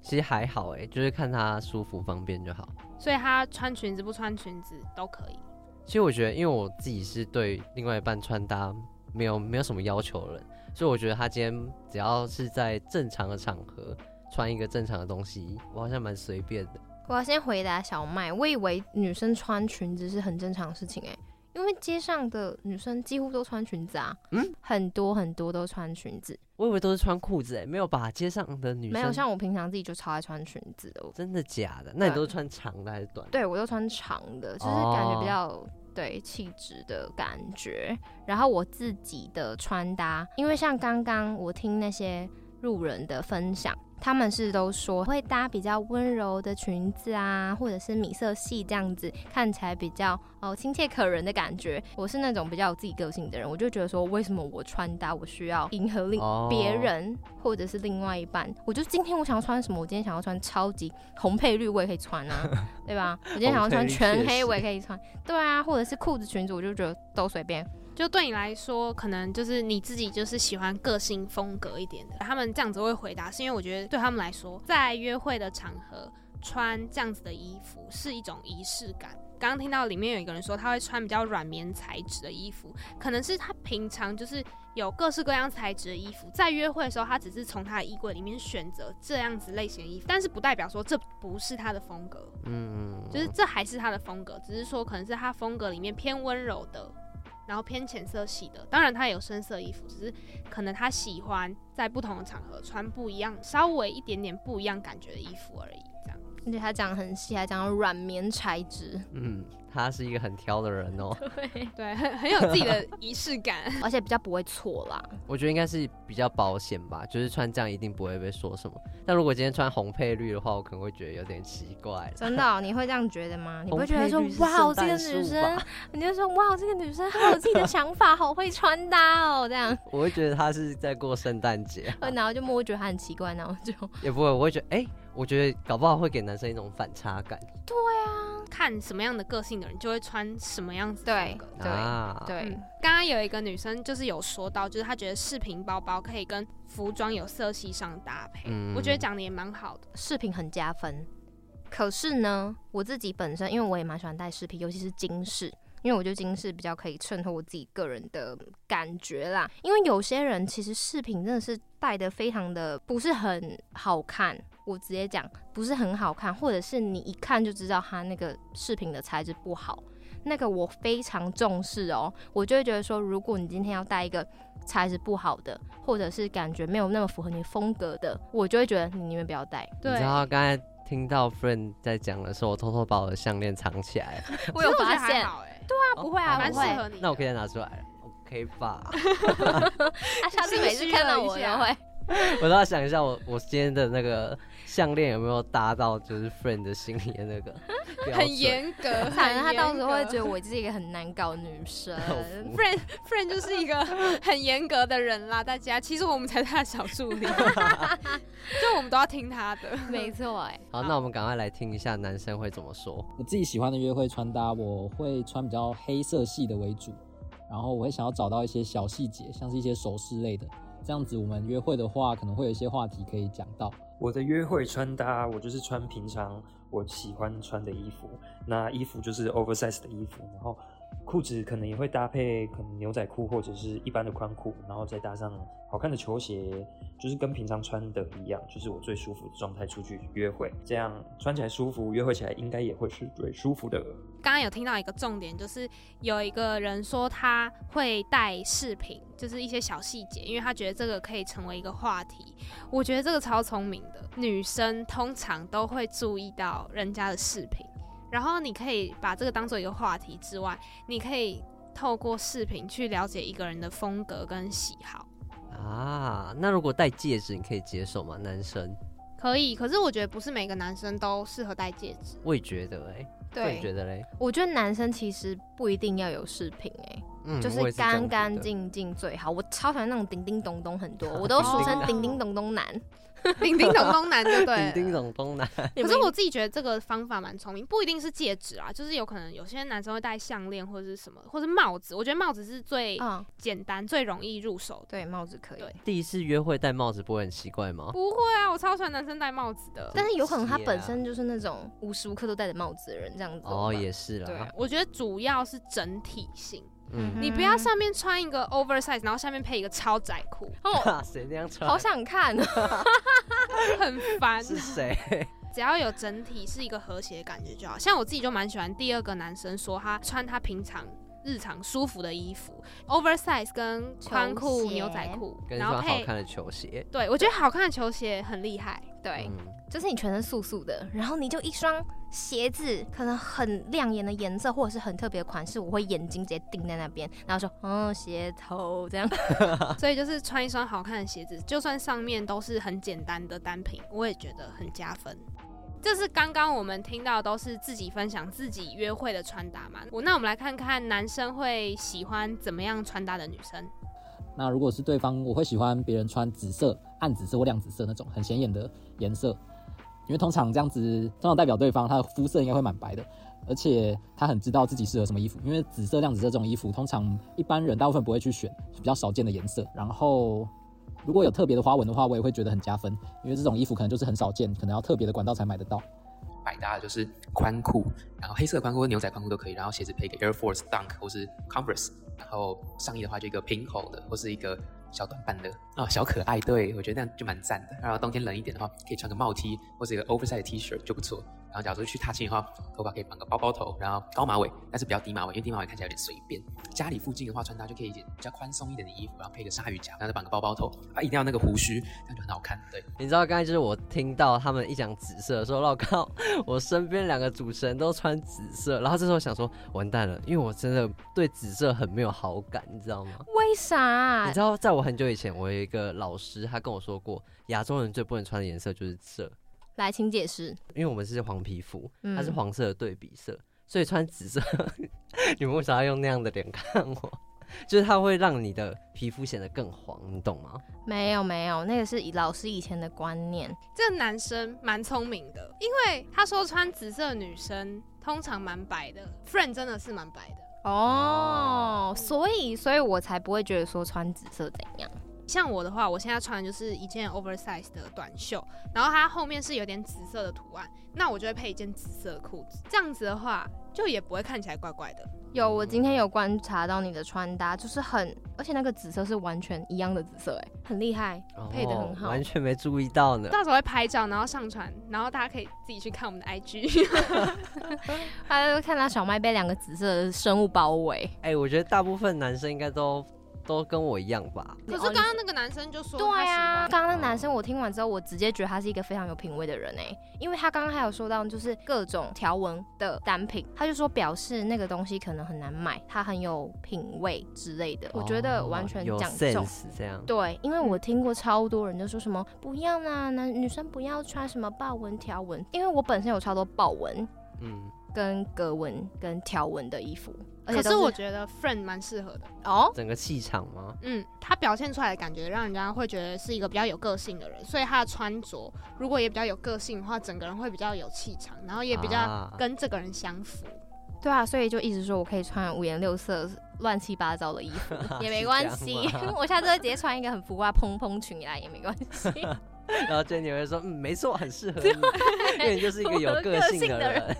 [SPEAKER 2] 其实还好诶，就是看她舒服方便就好。
[SPEAKER 1] 所以她穿裙子不穿裙子都可以。
[SPEAKER 2] 其实我觉得，因为我自己是对另外一半穿搭没有没有什么要求的人，所以我觉得他今天只要是在正常的场合穿一个正常的东西，我好像蛮随便的。
[SPEAKER 3] 我要先回答小麦，我以为女生穿裙子是很正常的事情哎、因为街上的女生几乎都穿裙子啊，
[SPEAKER 2] 嗯，
[SPEAKER 3] 很多很多都穿裙子，
[SPEAKER 2] 我以为都是穿裤子诶、欸没有吧？街上的女生
[SPEAKER 3] 没有像我平常自己就超爱穿裙子的，我
[SPEAKER 2] 真的假的？那你
[SPEAKER 3] 对
[SPEAKER 2] 都是穿长的还是短的？
[SPEAKER 3] 对我都穿长的，就是感
[SPEAKER 2] 哦
[SPEAKER 3] 觉比较、对气质的感觉。然后我自己的穿搭，因为像刚刚我听那些路人的分享，他们是都说会搭比较温柔的裙子啊，或者是米色系这样子，看起来比较哦亲切可人的感觉。我是那种比较有自己个性的人，我就觉得说，为什么我穿搭我需要迎合另
[SPEAKER 2] 哦
[SPEAKER 3] 别人或者是另外一半？我就今天我想要穿什么，我今天想要穿超级红配绿，我也可以 穿啊。对吧？我今天想要穿全黑，我也可以穿。对啊，或者是裤子、裙子，我就觉得都随便。
[SPEAKER 1] 就对你来说，可能就是你自己就是喜欢个性风格一点的。他们这样子会回答，是因为我觉得对他们来说，在约会的场合穿这样子的衣服是一种仪式感。刚刚听到里面有一个人说他会穿比较软棉材质的衣服，可能是他平常就是有各式各样材质的衣服，在约会的时候他只是从他的衣柜里面选择这样子类型的衣服，但是不代表说这不是他的风格。
[SPEAKER 2] 嗯，
[SPEAKER 1] 就是这还是他的风格，只是说可能是他风格里面偏温柔的，然后偏浅色系的。当然，他也有深色衣服，只是可能他喜欢在不同的场合穿不一样、稍微一点点不一样感觉的衣服而已。这样，
[SPEAKER 3] 而且他讲得很细，还讲到软棉材质，
[SPEAKER 2] 嗯，他是一个很挑的人 哦、
[SPEAKER 1] 对，很很有自己的仪式感。
[SPEAKER 3] 而且比较不会错啦。
[SPEAKER 2] 我觉得应该是比较保险吧，就是穿这样一定不会被说什么。但如果今天穿红配绿的话，我可能会觉得有点奇怪了。
[SPEAKER 3] 真的哦、你会这样觉 得吗？你不
[SPEAKER 2] 红
[SPEAKER 3] 会觉得
[SPEAKER 2] 配
[SPEAKER 3] 说
[SPEAKER 2] 绿是
[SPEAKER 3] 哇，
[SPEAKER 2] 圣
[SPEAKER 3] 这个
[SPEAKER 2] 诞
[SPEAKER 3] 女
[SPEAKER 2] 树啊
[SPEAKER 3] 生
[SPEAKER 2] 吧，
[SPEAKER 3] 你就说哇，这个女生好 有自己的想法，好会穿搭哦，这样。
[SPEAKER 2] 我会觉得他是在过圣诞节啊、
[SPEAKER 3] 然后就摸觉得她很奇怪，然后就
[SPEAKER 2] 也不会，我会觉得，哎、我觉得搞不好会给男生一种反差感
[SPEAKER 1] 看什么样的个性的人，就会穿什么样子的
[SPEAKER 3] 对
[SPEAKER 1] 风格。
[SPEAKER 3] 对、
[SPEAKER 2] 啊。
[SPEAKER 3] 对。
[SPEAKER 1] 嗯，刚刚有一个女生就是有说到，就是她觉得饰品包包可以跟服装有色系上搭配，
[SPEAKER 2] 嗯
[SPEAKER 1] 我觉得讲的也蛮好的。
[SPEAKER 3] 饰品很加分。可是呢，我自己本身因为我也蛮喜欢戴饰品，尤其是金饰，因为我觉得金饰比较可以衬托我自己个人的感觉啦。因为有些人其实饰品真的是戴的非常的不是很好看，我直接讲不是很好看，或者是你一看就知道它那个饰品的材质不好。那个我非常重视哦，我就会觉得说，如果你今天要戴一个材质不好的，或者是感觉没有那么符合你风格的，我就会觉得你宁愿不要戴。
[SPEAKER 2] 你
[SPEAKER 1] 对
[SPEAKER 2] 知，道刚才听到 friend 在讲的时候，我偷偷把我的项链藏起来，哦
[SPEAKER 3] 我有
[SPEAKER 1] 其实觉
[SPEAKER 3] 发
[SPEAKER 1] 得还
[SPEAKER 3] 现，
[SPEAKER 1] 好欸
[SPEAKER 3] 对啊，不会啊，
[SPEAKER 1] 蛮
[SPEAKER 3] 不
[SPEAKER 1] 适
[SPEAKER 3] 会。
[SPEAKER 1] 合你的。
[SPEAKER 2] 那我可以再拿出来了，OK 吧？
[SPEAKER 3] 啊他下次每次看到我
[SPEAKER 1] 心虚了一
[SPEAKER 3] 都
[SPEAKER 1] 下
[SPEAKER 3] 会
[SPEAKER 2] 我都要想一下我我今天的那个项链有没有搭到，就是 friend 的心里的那个标
[SPEAKER 1] 很
[SPEAKER 2] 准
[SPEAKER 1] 严格，
[SPEAKER 3] 惨了，他到时候会
[SPEAKER 1] 得
[SPEAKER 3] 觉得我是一个很难搞的女生。
[SPEAKER 1] friend friend 就是一个很严格的人啦。大家其实我们才是他的小助 理，就我们都要听他的。
[SPEAKER 3] 没错， 哎，
[SPEAKER 2] 好，那我们赶快来听一下男生会怎么说。
[SPEAKER 10] 我自己喜欢的约会穿搭，我会穿比较黑色系的为主，然后我会想要找到一些小细节，像是一些首饰类的，这样子我们约会的话，可能会有一些话题可以讲到。
[SPEAKER 8] 我的约会穿搭，我就是穿平常我喜欢穿的衣服，那衣服就是 oversize 的衣服，然后裤子可能也会搭配可能牛仔裤或者是一般的宽裤，然后再搭上好看的球鞋，就是跟平常穿的一样，就是我最舒服的状态出去约会，这样穿起来舒服，约会起来应该也会是最舒服的。
[SPEAKER 1] 刚刚有听到一个重点，就是有一个人说他会带饰品，就是一些小细节，因为他觉得这个可以成为一个话题。我觉得这个超聪明的，女生通常都会注意到人家的饰品，然后你可以把这个当做一个话题之外，你可以透过饰品去了解一个人的风格跟喜好。
[SPEAKER 2] 啊，那如果戴戒指，你可以接受吗？男生，
[SPEAKER 1] 可以，可是我觉得不是每个男生都适合戴戒 指。
[SPEAKER 2] 我也觉得哎、欸，那你觉得嘞？
[SPEAKER 3] 我觉得男生其实不一定要有饰品、哎、
[SPEAKER 2] 嗯，
[SPEAKER 3] 就
[SPEAKER 2] 我也
[SPEAKER 3] 是
[SPEAKER 2] 是这样
[SPEAKER 3] 干
[SPEAKER 2] 觉
[SPEAKER 3] 干
[SPEAKER 2] 得。
[SPEAKER 3] 净净最好。我超喜欢那种叮叮咚咚很多， 我都俗称
[SPEAKER 1] 哦
[SPEAKER 3] 叮叮咚咚男。
[SPEAKER 1] 叮叮咚咚男就对
[SPEAKER 2] 叮
[SPEAKER 1] 了
[SPEAKER 2] 叮咚咚 男，
[SPEAKER 1] 可是我自己觉得这个方法蛮聪明，不一定是戒指啊，就是有可能有些男生会戴项链或者是什么，或者帽子。我觉得帽子是最
[SPEAKER 3] 嗯，
[SPEAKER 1] 简单、最容易入手的。
[SPEAKER 3] 对，帽子可以。
[SPEAKER 1] 对
[SPEAKER 2] 第一次约会戴帽子不会很奇怪吗？
[SPEAKER 1] 不会啊，我超喜欢男生戴帽子的。
[SPEAKER 3] 但是有可能他
[SPEAKER 2] 是啊
[SPEAKER 3] 本身就是那种无时无刻都戴着帽子的人，这样子
[SPEAKER 2] 哦，
[SPEAKER 3] 吧
[SPEAKER 2] 也是
[SPEAKER 3] 对
[SPEAKER 2] 啦
[SPEAKER 3] 啊，
[SPEAKER 1] 我觉得主要是整体性，
[SPEAKER 2] 嗯，
[SPEAKER 3] 嗯
[SPEAKER 1] 你不要上面穿一个 oversize，然后下面配一个超窄裤，
[SPEAKER 3] 哦，
[SPEAKER 2] 谁那样穿？
[SPEAKER 3] 好想啊 看。哦
[SPEAKER 1] 很 烦。
[SPEAKER 2] 是谁？
[SPEAKER 1] 只要有整体是一个和谐的感觉就好。像我自己就蛮喜欢第二个男生说他穿他平常日常舒服的衣服，oversize 跟宽裤、
[SPEAKER 3] 球鞋
[SPEAKER 1] 牛仔裤，
[SPEAKER 2] 跟一
[SPEAKER 1] 然后
[SPEAKER 2] 双好
[SPEAKER 1] 配
[SPEAKER 2] 看的球鞋。
[SPEAKER 1] 对我觉得好看的球鞋很厉害。
[SPEAKER 3] 对，
[SPEAKER 2] 嗯，
[SPEAKER 3] 就是你全身素素的，然后你就一双鞋子，可能很亮眼的颜色或者是很特别的款式，我会眼睛直接盯在那边，然后说嗯鞋 头这样。
[SPEAKER 1] 所以就是穿一双好看的鞋子，就算上面都是很简单的单品，我也觉得很加分。这是刚刚我们听到的都是自己分享自己约会的穿搭嘛？我那我们来看看男生会喜欢怎么样穿搭的女生。
[SPEAKER 10] 那如果是对方，我会喜欢别人穿紫色、暗紫色或亮紫色那种很显眼的颜色，因为通常这样子，通常代表对方他的肤色应该会蛮白的，而且他很知道自己适合什么衣服，因为紫色、亮紫色这种衣服，通常一般人大部分不会去选，比较少见的颜色。然后如果有特别的花纹的话，我也会觉得很加分，因为这种衣服可能就是很少见，可能要特别的管道才买得到。
[SPEAKER 11] 百搭的就是宽裤，然后黑色的宽裤、牛仔宽裤都可以，然后鞋子配一个 Air Force、Dunk 或是 Converse，然后上衣的话就一个平口的或是一个小短版的啊、小可爱，对我觉得那样就蛮赞的。然后冬天冷一点的话，可以穿个帽 T 或者一个 oversize 的 T 恤就不错。然后假如去踏青的话，头发可以绑个包包头，然后高马尾，但是不要低马尾，因为低马尾看起来有点随便。家里附近的话，穿搭就可以一点比较宽松一点的衣服，然后配个鲨鱼夹，然后再绑个包包头，啊，一定要那个胡须，这样就很好看。对，
[SPEAKER 2] 你知道刚才就是我听到他们一讲紫色的时候，我靠，我身边两个主持人都穿紫色，然后这时候想说完蛋了，因为我真的对紫色很没有好感，你知道吗？
[SPEAKER 3] 为啥
[SPEAKER 2] 你知？道，在我很久以前，我有一个老师，他跟我说过，亚洲人最不能穿的颜色就是色，
[SPEAKER 3] 来，请解释。
[SPEAKER 2] 因为我们是黄皮肤，
[SPEAKER 3] 嗯
[SPEAKER 2] 它是黄色的对比色，所以穿紫色， 你们为啥要用那样的脸看我？ 就是它会让你的皮肤显得更黄，你懂吗？
[SPEAKER 3] 没有没有，那个是以老师以前的观念。
[SPEAKER 1] 这个男生蛮聪明的，因为他说穿紫色的女生通常蛮白的，friend 真的是蛮白的。
[SPEAKER 3] 哦，所以所以我才不会觉得说穿紫色怎样。
[SPEAKER 1] 像我的话，我现在穿的就是一件 oversize 的短袖，然后它后面是有点紫色的图案，那我就会配一件紫色的裤子。这样子的话，就也不会看起来怪怪的。
[SPEAKER 3] 有，我今天有观察到你的穿搭，就是很，而且那个紫色是完全一样的紫色，哎，很厉害，配的很
[SPEAKER 2] 哦
[SPEAKER 3] 好。
[SPEAKER 2] 完全没注意到呢。
[SPEAKER 1] 到时候会拍照，然后上传，然后大家可以自己去看我们的 IG。
[SPEAKER 3] 他就看到小麦被两个紫色的生物包围，
[SPEAKER 2] 哎、我觉得大部分男生应该都都跟我一样吧？
[SPEAKER 1] 可是刚刚那个男生就说他喜
[SPEAKER 3] 对啊，
[SPEAKER 1] 欢，
[SPEAKER 3] 刚刚那男生我听完之后，我直接觉得他是一个非常有品味的人哎、因为他刚刚还有说到就是各种条纹的单品，他就说表示那个东西可能很难买，他很有品味之类的，我觉得
[SPEAKER 2] 哦
[SPEAKER 3] 完全
[SPEAKER 2] 有
[SPEAKER 3] 讲中。
[SPEAKER 2] sense 这样。
[SPEAKER 3] 对，因为我听过超多人就说什么不要啦，男女生不要穿什么豹纹条纹，因为我本身有超多豹纹
[SPEAKER 2] 嗯，
[SPEAKER 3] 跟格纹跟条纹的衣服，而且
[SPEAKER 1] 可是
[SPEAKER 3] 都
[SPEAKER 1] 我觉得 friend 蛮适合的。
[SPEAKER 3] 哦，
[SPEAKER 2] 整个气场吗？
[SPEAKER 1] 嗯，他表现出来的感觉让人家会觉得是一个比较有个性的人，所以他的穿着如果也比较有个性的话，整个人会比较有气场，然后也比较
[SPEAKER 2] 啊
[SPEAKER 1] 跟这个人相符。
[SPEAKER 3] 对啊，所以就一直说我可以穿五颜六色、乱七八糟的衣 服也没关系
[SPEAKER 2] 是这样，吗
[SPEAKER 3] 我下次会直接穿一个很浮夸蓬蓬裙来也没关系。
[SPEAKER 2] 然后 Jenny 会说，嗯，没错，很适合你，因为你就是一个有个性的
[SPEAKER 3] 我有个
[SPEAKER 2] 人。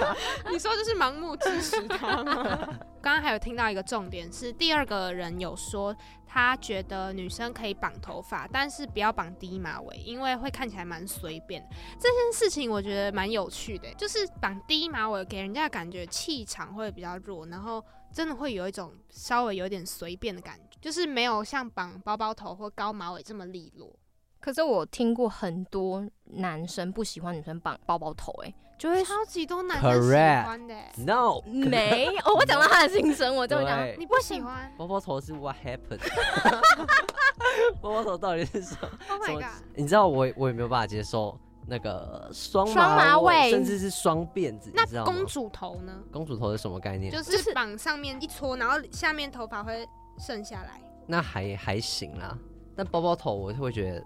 [SPEAKER 1] 你说就是盲目支持他吗？ 刚刚还有听到一个重点是，第二个人有说他觉得女生可以绑头发，但是不要绑低马尾，因为会看起来蛮随便的。这件事情我觉得蛮有趣的，欸就是绑低马尾给人家的感觉气场会比较弱，然后真的会有一种稍微有点随便的感觉，就是没有像绑包包头或高马尾这么利落。
[SPEAKER 3] 可是我听过很多男生不喜欢女生绑包包头、欸，哎，就会
[SPEAKER 1] 超级多男生喜欢的，欸
[SPEAKER 2] No，
[SPEAKER 3] 没有、我讲到他的心声，我就讲
[SPEAKER 2] 对
[SPEAKER 1] 你不喜欢
[SPEAKER 2] 包包头是 What happened？包包头到底是什么？
[SPEAKER 1] ？Oh
[SPEAKER 2] 什
[SPEAKER 1] my
[SPEAKER 2] 么
[SPEAKER 1] god！
[SPEAKER 2] 你知道我也我也没有办法接受那个双
[SPEAKER 3] 双马
[SPEAKER 2] 尾，
[SPEAKER 3] 尾
[SPEAKER 2] 甚至是双辫子，你知
[SPEAKER 1] 那
[SPEAKER 2] 道吗
[SPEAKER 1] 公主头呢？
[SPEAKER 2] 公主头是什么概念？
[SPEAKER 1] 就是绑上面一撮，然后下面头发会剩下来。
[SPEAKER 2] 那还还行啦，但包包头我会觉得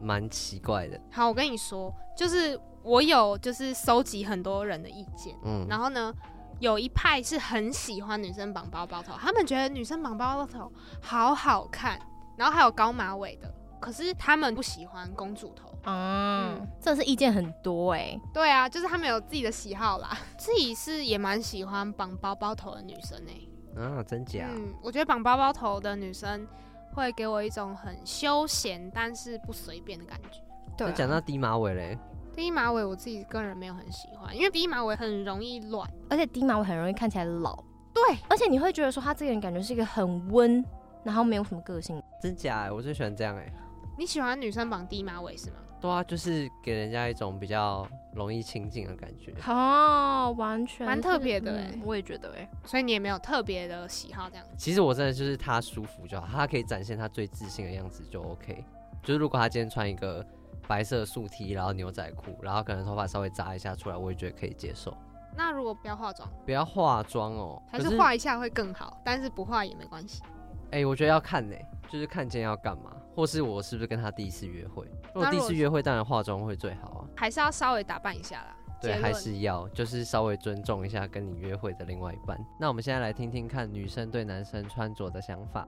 [SPEAKER 2] 蛮奇怪的。
[SPEAKER 1] 好，我跟你说，就是我有就是收集很多人的意见，
[SPEAKER 2] 嗯，
[SPEAKER 1] 然后呢，有一派是很喜欢女生绑包包头，他们觉得女生绑包包头好好看，然后还有高马尾的，可是他们不喜欢公主头。
[SPEAKER 3] 啊，
[SPEAKER 1] 嗯
[SPEAKER 3] 这是意见很多哎、
[SPEAKER 1] 对啊，就是他们有自己的喜好啦，自己是也蛮喜欢绑包包头的女生欸呢、
[SPEAKER 2] 啊，真假？
[SPEAKER 1] 嗯，我觉得绑包包头的女生会给我一种很休闲但是不随便的感觉。
[SPEAKER 3] 对
[SPEAKER 2] 那
[SPEAKER 3] 啊、
[SPEAKER 2] 讲到低马尾嘞，
[SPEAKER 1] 低马尾我自己个人没有很喜欢，因为低马尾很容易乱。
[SPEAKER 3] 而且低马尾很容易看起来老，
[SPEAKER 1] 对，
[SPEAKER 3] 而且你会觉得说他这个人感觉是一个很温，然后没有什么个性。
[SPEAKER 2] 真假欸？我最喜欢这样哎。
[SPEAKER 1] 你喜欢女生绑低马尾是吗？
[SPEAKER 2] 对啊，就是给人家一种比较容易亲近的感觉。
[SPEAKER 3] 哦，完全
[SPEAKER 1] 蛮
[SPEAKER 3] 是
[SPEAKER 1] 特别的欸
[SPEAKER 3] 嗯我也觉得哎、
[SPEAKER 1] 所以你也没有特别的喜好这样。
[SPEAKER 2] 其实我真的就是他舒服就好，他可以展现他最自信的样子就 OK。就是如果他今天穿一个白色的素 T，然后牛仔裤，然后可能头发稍微扎一下出来，我也觉得可以接受。
[SPEAKER 1] 那如果不要化妆，
[SPEAKER 2] 不要化妆哦，
[SPEAKER 1] 还
[SPEAKER 2] 可
[SPEAKER 1] 是化一下会更好，但是不化也没关系。
[SPEAKER 2] 哎、我觉得要看呢、就是看今天要干嘛，或是我是不是跟他第一次约会。如果
[SPEAKER 1] 那
[SPEAKER 2] 第
[SPEAKER 1] 如
[SPEAKER 2] 一
[SPEAKER 1] 果
[SPEAKER 2] 次约会，当然化妆会最好啊。
[SPEAKER 1] 还是要稍微打扮一下啦。
[SPEAKER 2] 对，
[SPEAKER 1] 结
[SPEAKER 2] 还
[SPEAKER 1] 论
[SPEAKER 2] 是要就是稍微尊重一下跟你约会的另外一半。那我们现在来听听看女生对男生穿着的想法。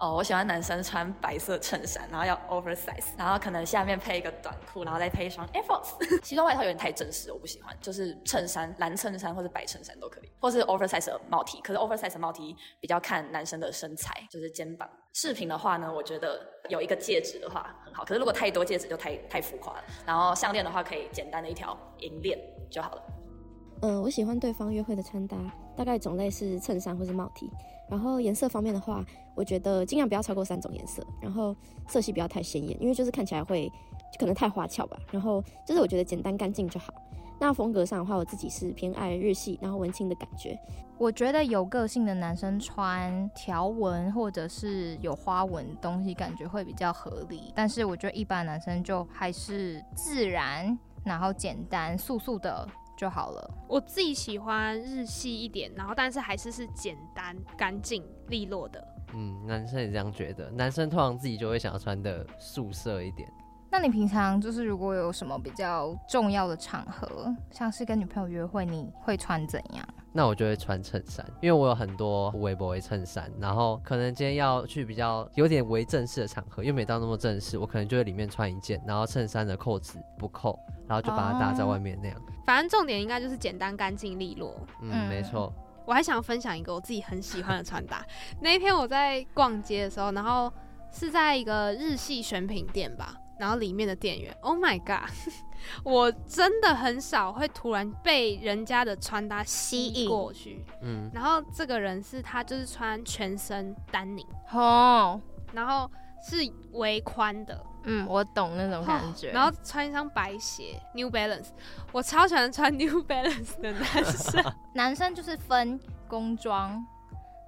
[SPEAKER 12] 哦，我喜欢男生穿白色衬衫，然后要 oversize，然后可能下面配一个短裤，然后再配一双 Air Force。西装 外套有点太正式，我不喜欢。就是衬衫，蓝衬衫或者白衬衫都可以，或是 oversize 的帽 T。可是 oversize 的帽 T 比较看男生的身材，就是肩膀。饰品的话呢，我觉得有一个戒指的话很好，可是如果太多戒指就太太浮夸了。然后项链的话，可以简单的一条银链就好了。
[SPEAKER 9] 嗯，我喜欢对方约会的穿搭，大概种类是衬衫或是帽 T。然后颜色方面的话，我觉得尽量不要超过三种颜色，然后色系不要太鲜艳，因为就是看起来会就可能太花俏吧。然后就是我觉得简单干净就好。那风格上的话，我自己是偏爱日系，然后文青的感觉。
[SPEAKER 3] 我觉得有个性的男生穿条纹或者是有花纹的东西，感觉会比较合理。但是我觉得一般男生就还是自然，然后简单素素的就好了。
[SPEAKER 1] 我自己喜欢日系一点，然后但是还是是简单、干净、利落的。
[SPEAKER 2] 嗯，男生也这样觉得。男生通常自己就会想要穿的素色一点。
[SPEAKER 3] 那你平常就是如果有什么比较重要的场合，像是跟女朋友约会，你会穿怎样？
[SPEAKER 2] 那我就会穿衬衫，因为我有很多围脖围衬衫，然后可能今天要去比较有点微正式的场合，又没到那么正式，我可能就会里面穿一件，然后衬衫的扣子不扣，然后就把它搭在外面那样。
[SPEAKER 1] 反正重点应该就是简单、干净、利落。
[SPEAKER 2] 嗯，没
[SPEAKER 3] 嗯
[SPEAKER 2] 错，
[SPEAKER 1] 我还想分享一个我自己很喜欢的穿搭。 那一天我在逛街的时候，然后是在一个日系选品店吧，然后里面的店员，Oh my god，我真的很少会突然被人家的穿搭吸
[SPEAKER 3] 吸引
[SPEAKER 1] 过去。
[SPEAKER 2] 嗯，
[SPEAKER 1] 然后这个人是他就是穿全身丹宁，
[SPEAKER 3] 哦，
[SPEAKER 1] 然后是围宽的，
[SPEAKER 3] 嗯，我懂那种感觉。
[SPEAKER 1] 然后穿一双白鞋 New Balance，我超喜欢穿 New Balance 的男生。
[SPEAKER 3] 男生就是分工装，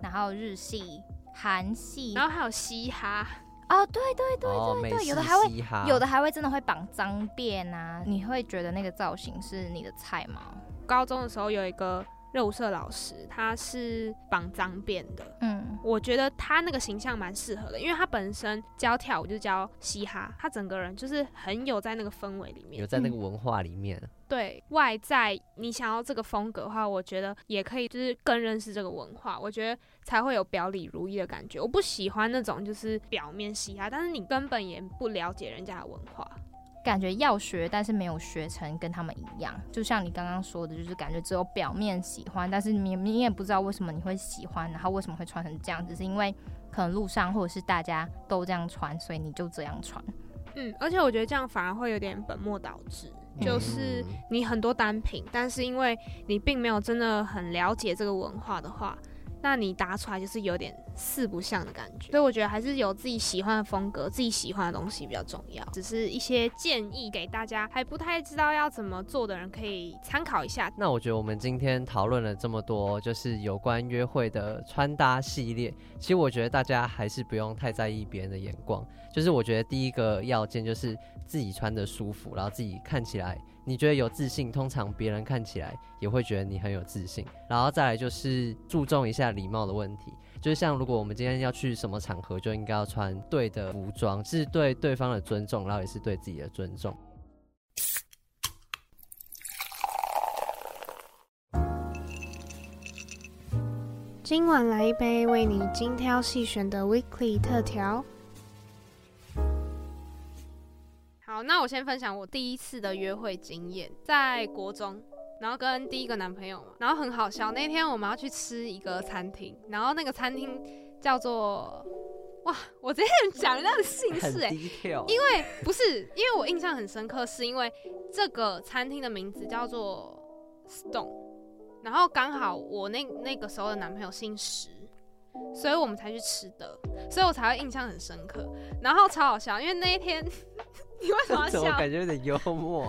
[SPEAKER 3] 然后日系、韩系，
[SPEAKER 1] 然后还有嘻哈，
[SPEAKER 3] 哦，对对对
[SPEAKER 2] 哦，
[SPEAKER 3] 对
[SPEAKER 2] 美
[SPEAKER 3] 对，
[SPEAKER 2] 式啊
[SPEAKER 3] 有的还会
[SPEAKER 2] 嘻哈，
[SPEAKER 3] 有的还会真的会绑脏辫啊，你会觉得那个造型是你的菜吗？
[SPEAKER 1] 高中的时候有一个肉色老师，他是绑脏辫的。
[SPEAKER 3] 嗯，
[SPEAKER 1] 我觉得他那个形象蛮适合的，因为他本身教跳舞就教嘻哈，他整个人就是很有在那个氛围里面
[SPEAKER 2] 有。在那个文化里面，
[SPEAKER 1] 对外在你想要这个风格的话，我觉得也可以，就是更认识这个文化，我觉得才会有表里如一的感觉。我不喜欢那种就是表面嘻哈，但是你根本也不了解人家的文化。
[SPEAKER 3] 感觉要学，但是没有学成跟他们一样。就像你刚刚说的，就是感觉只有表面喜欢，但是你你也不知道为什么你会喜欢，然后为什么会穿成这样，只是因为可能路上或者是大家都这样穿，所以你就这样穿。
[SPEAKER 1] 嗯，而且我觉得这样反而会有点本末倒置，就是你很多单品，但是因为你并没有真的很了解这个文化的话，那你搭出来就是有点四不像的感觉。所以我觉得还是有自己喜欢的风格，自己喜欢的东西比较重要。只是一些建议给大家还不太知道要怎么做的人可以参考一下。
[SPEAKER 2] 那我觉得我们今天讨论了这么多，就是有关约会的穿搭系列。其实我觉得大家还是不用太在意别人的眼光，就是我觉得第一个要件就是自己穿的舒服，然后自己看起来你觉得有自信，通常别人看起来也会觉得你很有自信。然后再来就是注重一下礼貌的问题。就是像如果我们今天要去什么场合，就应该要穿对的服装，是对对方的尊重，然后也是对自己的尊重。
[SPEAKER 1] 今晚来一杯为你精挑细选的 Weekly 特调。好，那我先分享我第一次的约会经验，在国中，然后跟第一个男朋友嘛，然后很好笑。那天我们要去吃一个餐厅，然后那个餐厅叫做，哇，我直接讲那个姓氏哎、
[SPEAKER 2] 低调
[SPEAKER 1] 因为不是，因为我印象很深刻，是因为这个餐厅的名字叫做 Stone，然后刚好我那那个时候的男朋友姓石，所以我们才去吃的，所以我才会印象很深刻。然后超好笑，因为那一天 你为什么要
[SPEAKER 2] 怎么
[SPEAKER 1] 笑？
[SPEAKER 2] 感觉有点幽默？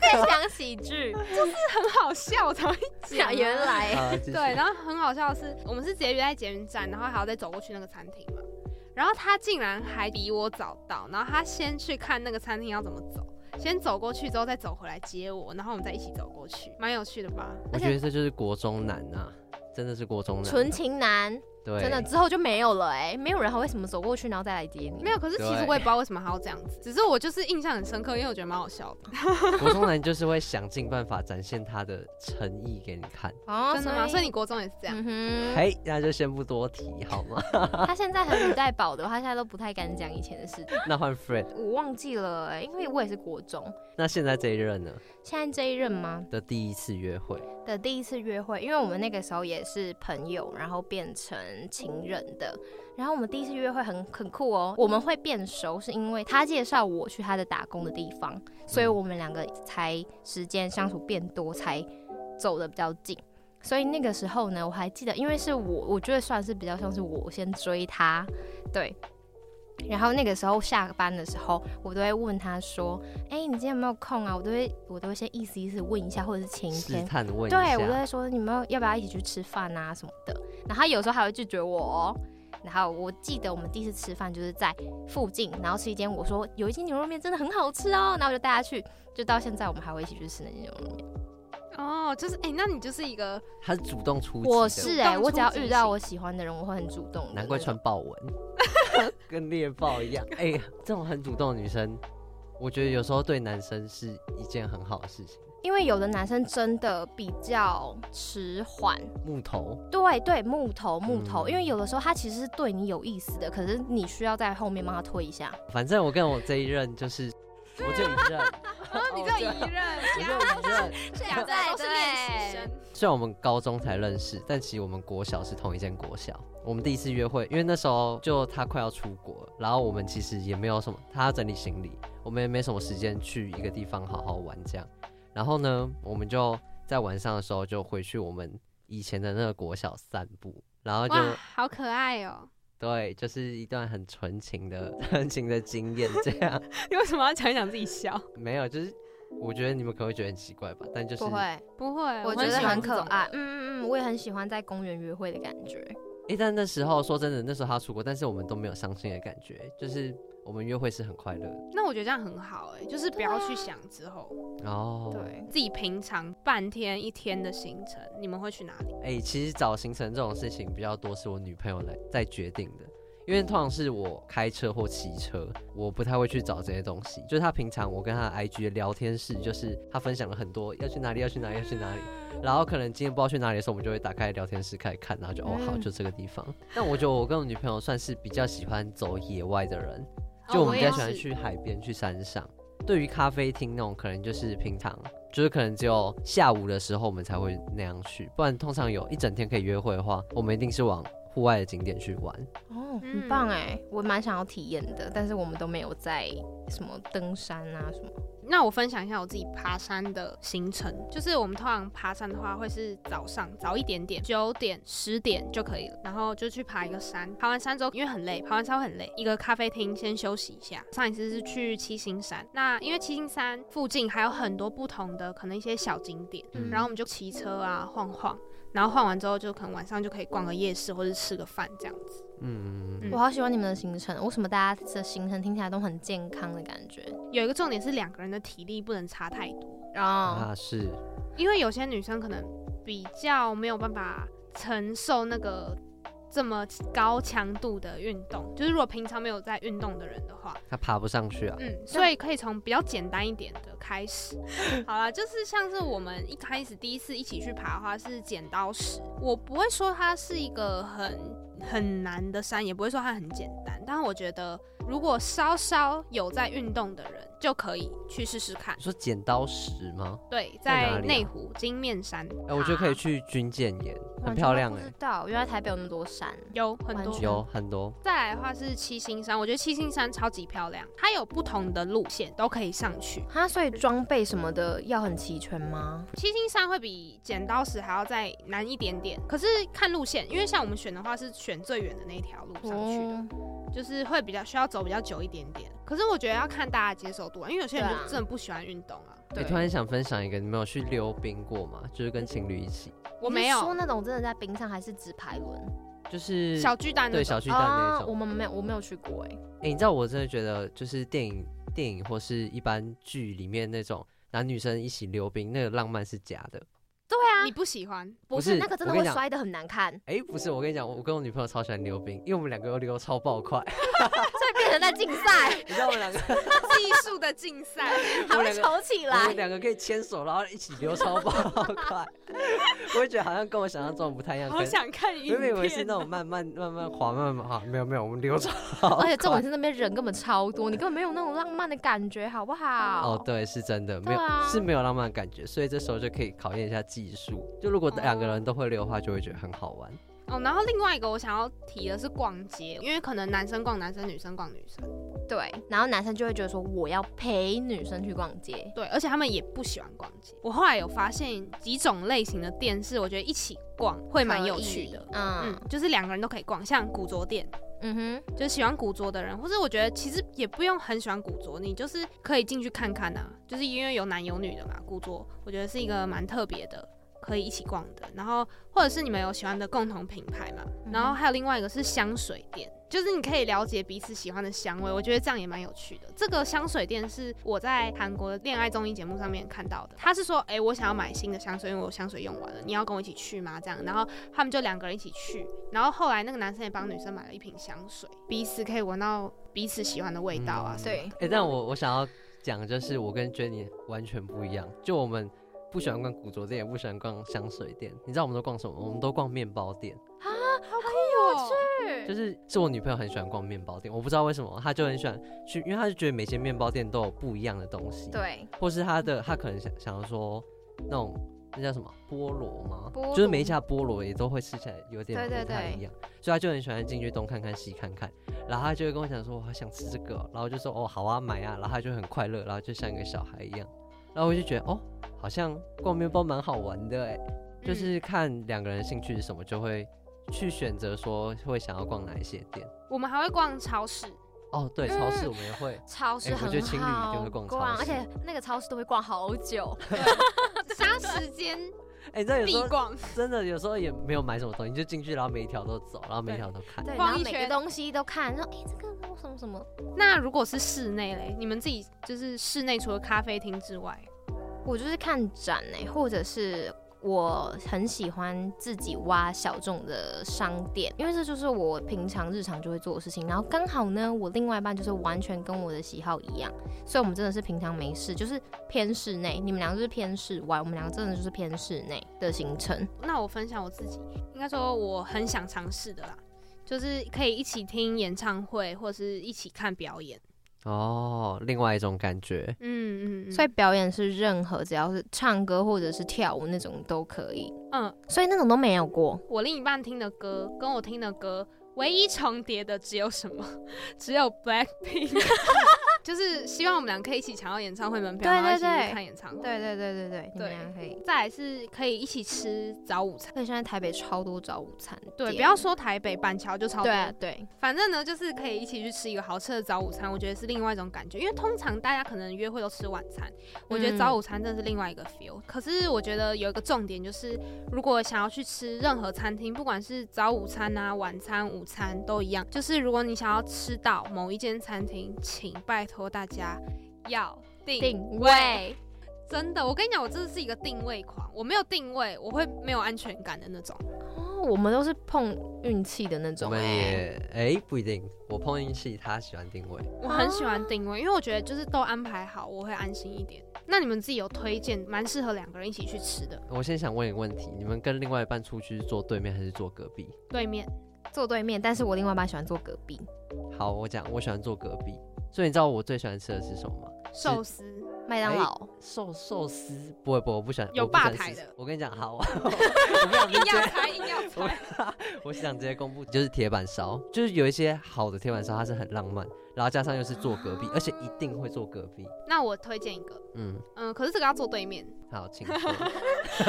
[SPEAKER 3] 在想喜剧，
[SPEAKER 1] 就是很好笑，我才会 讲啊。
[SPEAKER 2] 啊继续
[SPEAKER 1] 对，然后很好笑的是，我们是直接约在捷运站，然后还要再走过去那个餐厅嘛。然后他竟然还比我早到，然后他先去看那个餐厅要怎么走，先走过去之后再走回来接我，然后我们再一起走过去，蛮有趣的吧？
[SPEAKER 2] 我觉得这就是国中男啊，真的是国中男，啊
[SPEAKER 3] 纯情男，
[SPEAKER 2] 对，
[SPEAKER 3] 真的之后就没有了哎、没有人还会什么走过去然后再来接你。
[SPEAKER 1] 没有，可是其实
[SPEAKER 2] 对
[SPEAKER 1] 我也不知道为什么还要这样子，只是我就是印象很深刻，因为我觉得蛮好笑的。
[SPEAKER 2] 国中男就是会想尽办法展现他的诚意给你看。
[SPEAKER 3] 哦，
[SPEAKER 1] 真的吗？所以你国中也是这样？
[SPEAKER 3] 嗯
[SPEAKER 2] 嘿，那就先不多提好吗？
[SPEAKER 3] 哼，他现在很不在保的，他现在都不太敢讲以前的事情。
[SPEAKER 2] 那换 Fred，
[SPEAKER 3] 我忘记了、欸，因为我也是国中。
[SPEAKER 2] 那现在这一任呢
[SPEAKER 3] 现在这一任吗
[SPEAKER 2] 的第一次约会，
[SPEAKER 3] 的第一次约会，因为我们那个时候也是朋友，然后变成情人的。然后我们第一次约会很很酷哦，我们会变熟是因为他介绍我去他的打工的地方，所以我们两个才时间相处变多，才走的比较近。所以那个时候呢，我还记得，因为是我，我觉得算是比较像是我先追他，对。然后那个时候下班的时候，我都会问他说：“哎、你今天有没有空啊？”我都会我都会先意思意思问一下，或者是前一
[SPEAKER 2] 试
[SPEAKER 3] 天
[SPEAKER 2] 探问一
[SPEAKER 3] 对我都
[SPEAKER 2] 下，
[SPEAKER 3] 在说你们要不要一起去吃饭啊什么的，然后他有时候还会拒绝我、哦。然后我记得我们第一次吃饭就是在附近，然后吃一间我说有一间牛肉面真的很好吃哦，然后我就带他去，就到现在我们还会一起去吃那间牛肉面。嗯
[SPEAKER 1] 哦，就是哎、那你就是一个
[SPEAKER 3] 哦
[SPEAKER 2] 他是主动出击的，
[SPEAKER 3] 我是哎、
[SPEAKER 1] 当初
[SPEAKER 3] 我只要
[SPEAKER 1] 进
[SPEAKER 3] 遇
[SPEAKER 1] 行
[SPEAKER 3] 到我喜欢的人，我会很主动的那种。
[SPEAKER 2] 难怪穿豹 纹，跟猎豹一样。哎、这种很主动的女生，我觉得有时候对男生是一件很好的事情。
[SPEAKER 3] 因为有的男生真的比较迟缓，
[SPEAKER 2] 木头，
[SPEAKER 3] 对对，木头木头，
[SPEAKER 2] 嗯
[SPEAKER 3] 因为有的时候他其实是对你有意思的，可 是你需要在后面帮他推一下。
[SPEAKER 2] 反正我跟我这一任就是，我就一任，
[SPEAKER 1] 然哦后你只有一 任，其他
[SPEAKER 2] 我觉得
[SPEAKER 1] 两个都是练习生。
[SPEAKER 2] 虽然我们高中才认识，但其实我们国小是同一间国小。我们第一次约会，因为那时候就他快要出国了，然后我们其实也没有什么，他要整理行李，我们也没什么时间去一个地方好好玩这样。然后呢，我们就在晚上的时候就回去我们以前的那个国小散步，然后就
[SPEAKER 1] 哇，好可爱哦！
[SPEAKER 2] 对，就是一段很纯情的、 纯情的经验这样。
[SPEAKER 1] 你为什么要讲一讲自己笑？
[SPEAKER 2] 没有，就是我觉得你们可能会觉得很奇怪吧，但就是
[SPEAKER 3] 不会，
[SPEAKER 1] 不会，
[SPEAKER 3] 我觉
[SPEAKER 1] 很
[SPEAKER 3] 得
[SPEAKER 1] 喜欢
[SPEAKER 3] 很
[SPEAKER 1] 这
[SPEAKER 3] 可
[SPEAKER 1] 种
[SPEAKER 3] 爱。嗯嗯嗯，我也很喜欢在公园约会的感觉。
[SPEAKER 2] 一但那时候说真的，那时候他出国，但是我们都没有伤心的感觉，就是我们约会是很快乐的。
[SPEAKER 1] 那我觉得这样很好哎、就是不要去想之后，
[SPEAKER 2] 哦，，
[SPEAKER 3] 对，
[SPEAKER 1] 自己平常半天一天的行程，你们会去哪里？
[SPEAKER 2] 哎、其实找行程这种事情比较多是我女朋友来在决定的，因为通常是我开车或骑车，我不太会去找这些东西。就是她平常我跟她的 IG 的聊天室，就是她分享了很多要去哪里要去哪里要去哪里，然后可能今天不知道去哪里的时候，我们就会打开聊天室开始看，然后就哦好
[SPEAKER 3] 嗯
[SPEAKER 2] 就这个地方。但我觉得我跟我女朋友算是比较喜欢走野外的人，就我们比较喜欢去海边、去山上。对于咖啡厅那种，可能就是平常，就是可能只有下午的时候我们才会那样去，不然通常有一整天可以约会的话，我们一定是往户外的景点去玩。
[SPEAKER 3] 哦，
[SPEAKER 1] 嗯
[SPEAKER 3] 很棒哎，我蛮想要体验的，但是我们都没有在什么登山啊什么。
[SPEAKER 1] 那我分享一下我自己爬山的行程，就是我们通常爬山的话会是早上早一点点，九点十点就可以了，然后就去爬一个山。爬完山之后，因为很累，爬完山会很累，一个咖啡厅先休息一下。上一次是去七星山，那因为七星山附近还有很多不同的可能一些小景点，
[SPEAKER 2] 嗯
[SPEAKER 1] 然后我们就骑车啊晃晃。然后晃完之后，就可能晚上就可以逛个夜市，或者吃个饭这样子。
[SPEAKER 2] 嗯，
[SPEAKER 1] 嗯
[SPEAKER 3] 我好喜欢你们的行程，为什么大家的行程听起来都很健康的感觉？哦
[SPEAKER 1] 有一个重点是两个人的体力不能差太多，
[SPEAKER 3] 然后
[SPEAKER 2] 啊是，
[SPEAKER 1] 因为有些女生可能比较没有办法承受那个这么高强度的运动，就是如果平常没有在运动的人的话，
[SPEAKER 2] 他爬不上去啊。
[SPEAKER 1] 嗯，所以可以从比较简单一点的开始。 好啦，就是像是我们一开始第一次一起去爬的话是剪刀石，我不会说它是一个很很难的山，也不会说它很简单，但我觉得如果稍稍有在运动的人就可以去试试看
[SPEAKER 2] 你。说剪刀石吗？
[SPEAKER 1] 对，
[SPEAKER 2] 在哪
[SPEAKER 1] 在
[SPEAKER 2] 里啊
[SPEAKER 1] 内湖金面山，
[SPEAKER 2] 哎、我觉得可以去军舰岩，很
[SPEAKER 3] 完全
[SPEAKER 2] 漂亮
[SPEAKER 3] 不
[SPEAKER 2] 哎、
[SPEAKER 3] 知道，原来台北有那么多山。
[SPEAKER 1] 有很多
[SPEAKER 3] 完全
[SPEAKER 2] 有很多。
[SPEAKER 1] 再来的话是七星山，我觉得七星山超级漂亮，它有不同的路线都可以上去。
[SPEAKER 3] 哈，所以装备什么的要很齐全吗？
[SPEAKER 1] 七星山会比剪刀石还要再难一点点，可是看路线，因为像我们选的话是选最远的那一条路上去的，
[SPEAKER 3] 哦，
[SPEAKER 1] 就是会比较需要走比较久一点点。可是我觉得要看大家接受度啊，因为有些人
[SPEAKER 3] 对
[SPEAKER 1] 就
[SPEAKER 3] 啊
[SPEAKER 1] 真的不喜欢运动啊。
[SPEAKER 2] 我、
[SPEAKER 3] 对，
[SPEAKER 2] 哎突然想分享一个，你们有去溜冰过吗？就是跟情侣一起，
[SPEAKER 1] 我
[SPEAKER 3] 你是
[SPEAKER 1] 没有
[SPEAKER 3] 说那种真的在冰上还是直排轮？
[SPEAKER 2] 就是
[SPEAKER 1] 小巨蛋那
[SPEAKER 2] 对
[SPEAKER 1] 种
[SPEAKER 2] 小巨蛋那
[SPEAKER 3] 哦
[SPEAKER 2] 种。
[SPEAKER 3] 我们没有，我没有去过哎。
[SPEAKER 2] 哎、你知道我真的觉得，就是电影、电影或是一般剧里面那种男女生一起溜冰，那个浪漫是假的。
[SPEAKER 3] 对啊
[SPEAKER 1] 你，不喜 欢？
[SPEAKER 2] 不
[SPEAKER 3] 不
[SPEAKER 2] 是
[SPEAKER 3] 那个真
[SPEAKER 2] 我跟
[SPEAKER 3] 的会
[SPEAKER 2] 你讲
[SPEAKER 3] 摔得很难看，
[SPEAKER 2] 哎、不是，我跟你讲，我我跟我女朋友超喜欢溜冰，因为我们两个又溜超爆快。
[SPEAKER 3] 所以变成在竞赛，
[SPEAKER 2] 你知道我们两个，
[SPEAKER 1] 技术的竞赛，
[SPEAKER 3] 还
[SPEAKER 2] 我
[SPEAKER 3] 会
[SPEAKER 2] 两个
[SPEAKER 3] 吵 起
[SPEAKER 2] 我
[SPEAKER 3] 来
[SPEAKER 2] 们。两个可以牵手，然后一起溜超爆 快。我会觉得好像跟我想象中的不太一样。
[SPEAKER 1] 好
[SPEAKER 2] 可能
[SPEAKER 1] 想看
[SPEAKER 2] 我
[SPEAKER 1] 影
[SPEAKER 2] 以为是
[SPEAKER 1] 片
[SPEAKER 2] 那
[SPEAKER 1] 哦。
[SPEAKER 2] 种慢慢慢慢滑，慢慢滑，没有没有，我们溜超
[SPEAKER 3] 而且重
[SPEAKER 2] 快
[SPEAKER 3] 点是那边人根本超多，你根本没有那种浪漫的感觉，好不好？
[SPEAKER 2] 哦，对，是真的，没有、
[SPEAKER 3] 对啊
[SPEAKER 2] 是没有浪漫的感觉，所以这时候就可以考验一下技术。就如果两个人都会溜的话，就会觉得很好玩。
[SPEAKER 1] 哦，然后另外一个我想要提的是逛街，因为可能男生逛男生，女生逛女生。
[SPEAKER 3] 对，然后男生就会觉得说我要陪女生去逛街，
[SPEAKER 1] 对，而且他们也不喜欢逛街。我后来有发现几种类型的店是我觉得一起逛会蛮有趣的
[SPEAKER 3] 可以。嗯
[SPEAKER 1] 嗯，就是两个人都可以逛，像古着店，
[SPEAKER 3] 嗯哼，
[SPEAKER 1] 就是喜欢古着的人，或者我觉得其实也不用很喜欢古着，你就是可以进去看看啊，就是因为有男有女的嘛，古着我觉得是一个蛮特别的，可以一起逛的。然后或者是你们有喜欢的共同品牌嘛，然后还有另外一个是香水店。就是你可以了解彼此喜欢的香味，我觉得这样也蛮有趣的。这个香水店是我在韩国的恋爱综艺节目上面看到的，他是说，哎、我想要买新的香水，因为我香水用完了，你要跟我一起去吗？这样，然后他们就两个人一起去，然后后来那个男生也帮女生买了一瓶香水，彼此可以闻到彼此喜欢的味道啊。
[SPEAKER 2] 嗯
[SPEAKER 1] 所以
[SPEAKER 3] 对，
[SPEAKER 2] 哎、但我我想要讲，就是我跟 Jenny 完全不一样，就我们不喜欢逛古着店，也不喜欢逛香水店。你知道我们都逛什么？我们都逛面包店。
[SPEAKER 1] 好有趣，
[SPEAKER 2] 就是是我女朋友很喜欢逛面包店，我不知道为什么，她就很喜欢去，因为她就觉得每间面包店都有不一样的东西，，
[SPEAKER 3] 对，
[SPEAKER 2] 或是她的她可能想想要说那种那叫什么菠萝吗
[SPEAKER 3] 菠？
[SPEAKER 2] 就是
[SPEAKER 3] 萝
[SPEAKER 2] 每一家菠萝也都会吃起来有点
[SPEAKER 3] 对对
[SPEAKER 2] 不太
[SPEAKER 3] 对
[SPEAKER 2] 一样，所以她就很喜欢进去东看看西看看，然后她就会跟我讲说我好想吃这个哦、然后我就说哦好啊买啊，然后她就很快乐，然后就像一个小孩一样，然后我就觉得哦好像逛面包蛮好玩的
[SPEAKER 3] 嗯
[SPEAKER 2] 哎，就是看两个人兴趣是什么就会。去选择说会想要逛哪一些店，
[SPEAKER 1] 我们还会逛超市，
[SPEAKER 2] 哦，对，超市
[SPEAKER 3] 嗯
[SPEAKER 2] 我们也 会。
[SPEAKER 3] 超市
[SPEAKER 2] 哎我觉
[SPEAKER 3] 很
[SPEAKER 2] 得情侣一定
[SPEAKER 3] 好
[SPEAKER 2] 会逛超
[SPEAKER 3] 而
[SPEAKER 2] 市。
[SPEAKER 3] 且那个超市都会逛好久。
[SPEAKER 1] 杀时间
[SPEAKER 2] 哎，这有时
[SPEAKER 1] 必
[SPEAKER 2] 候
[SPEAKER 1] 逛，
[SPEAKER 2] 真的有时候也没有买什么东西，你就进去，然后每一条都走，然后每一条都看。
[SPEAKER 3] 对，然
[SPEAKER 1] 逛
[SPEAKER 3] 后
[SPEAKER 1] 一
[SPEAKER 3] 每个
[SPEAKER 1] 圈
[SPEAKER 3] 东西都看，说哎、这个什么什么，
[SPEAKER 1] 那如果是室内嘞，你们自己就是室内除了咖啡厅之外，
[SPEAKER 3] 我就是看展哎、或者是我很喜欢自己挖小众的商店，因为这就是我平常日常就会做的事情。然后刚好呢，我另外一半就是完全跟我的喜好一样，所以我们真的是平常没事，就是偏室内。你们两个就是偏室外，我们两个真的就是偏室内的行程。
[SPEAKER 1] 那我分享我自己，应该说我很想尝试的啦，就是可以一起听演唱会或是一起看表演。
[SPEAKER 2] 哦，另外一种感觉。
[SPEAKER 1] 嗯嗯，嗯
[SPEAKER 3] 所以表演是任何只要是唱歌或者是跳舞那种都可以，
[SPEAKER 1] 嗯，
[SPEAKER 3] 所以那种都没有过。
[SPEAKER 1] 我另一半听的歌跟我听的歌唯一重叠的只有什么？只有 Blackpink。就是希望我们俩可以一起抢到演唱会门票，
[SPEAKER 3] 对
[SPEAKER 1] 然后一起
[SPEAKER 3] 对对
[SPEAKER 1] 去看演唱会。
[SPEAKER 3] 对对对对对，你们
[SPEAKER 1] 对
[SPEAKER 3] 俩可以。
[SPEAKER 1] 再来是可以一起吃早午餐。
[SPEAKER 3] 而且现在台北超多早午餐店，
[SPEAKER 1] 对，不要说台北板桥就超
[SPEAKER 3] 对
[SPEAKER 1] 多
[SPEAKER 3] 啊对，
[SPEAKER 1] 反正呢，就是可以一起去吃一个好吃的早午餐，我觉得是另外一种感觉。因为通常大家可能约会都吃晚餐，我觉得早午餐真的是另外一个 feel、可是我觉得有一个重点就是，如果想要去吃任何餐厅，不管是早午餐啊、晚餐、午餐都一样，就是如果你想要吃到某一间餐厅，请拜托大家要定
[SPEAKER 3] 定位。
[SPEAKER 1] 真的，我跟你讲，我真的是一个定位狂，我没有定位，我会没有安全感的那种。
[SPEAKER 3] 哦，我们都是碰运气的那
[SPEAKER 2] 我
[SPEAKER 3] 种、
[SPEAKER 2] 们
[SPEAKER 3] 欸，
[SPEAKER 2] 也哎不一定，我碰运气，他喜欢定位。
[SPEAKER 1] 我很喜欢定位，因为我觉得就是都安排好，我会安心一点。那你们自己有推荐蛮适合两个人一起去吃的？
[SPEAKER 2] 我先想问一个问题，你们跟另外一半出去是坐对面还是坐隔壁？
[SPEAKER 1] 对面
[SPEAKER 3] 坐对面。但是我另外一半喜欢坐隔壁，
[SPEAKER 2] 好，我讲，我喜欢坐隔壁。所以你知道我最喜欢吃的是什么吗？哎
[SPEAKER 1] 寿司，
[SPEAKER 3] 麦当劳。
[SPEAKER 2] 寿寿司？不会不会，我不喜欢。
[SPEAKER 1] 哎有
[SPEAKER 2] 我不喜欢
[SPEAKER 1] 吧台
[SPEAKER 2] 吃
[SPEAKER 1] 的
[SPEAKER 2] 我跟你讲， 好，我我不想
[SPEAKER 1] 硬要
[SPEAKER 2] 接
[SPEAKER 1] 猜，硬要猜。
[SPEAKER 2] 我想直接公布，就是铁板烧，就是有一些好的铁板烧，它是很浪漫，然后加上又是坐隔壁，而且一定会坐隔壁。
[SPEAKER 1] 那我推荐一个，
[SPEAKER 2] 嗯，
[SPEAKER 1] 嗯，可是这个要坐对 面，
[SPEAKER 2] 好，请说。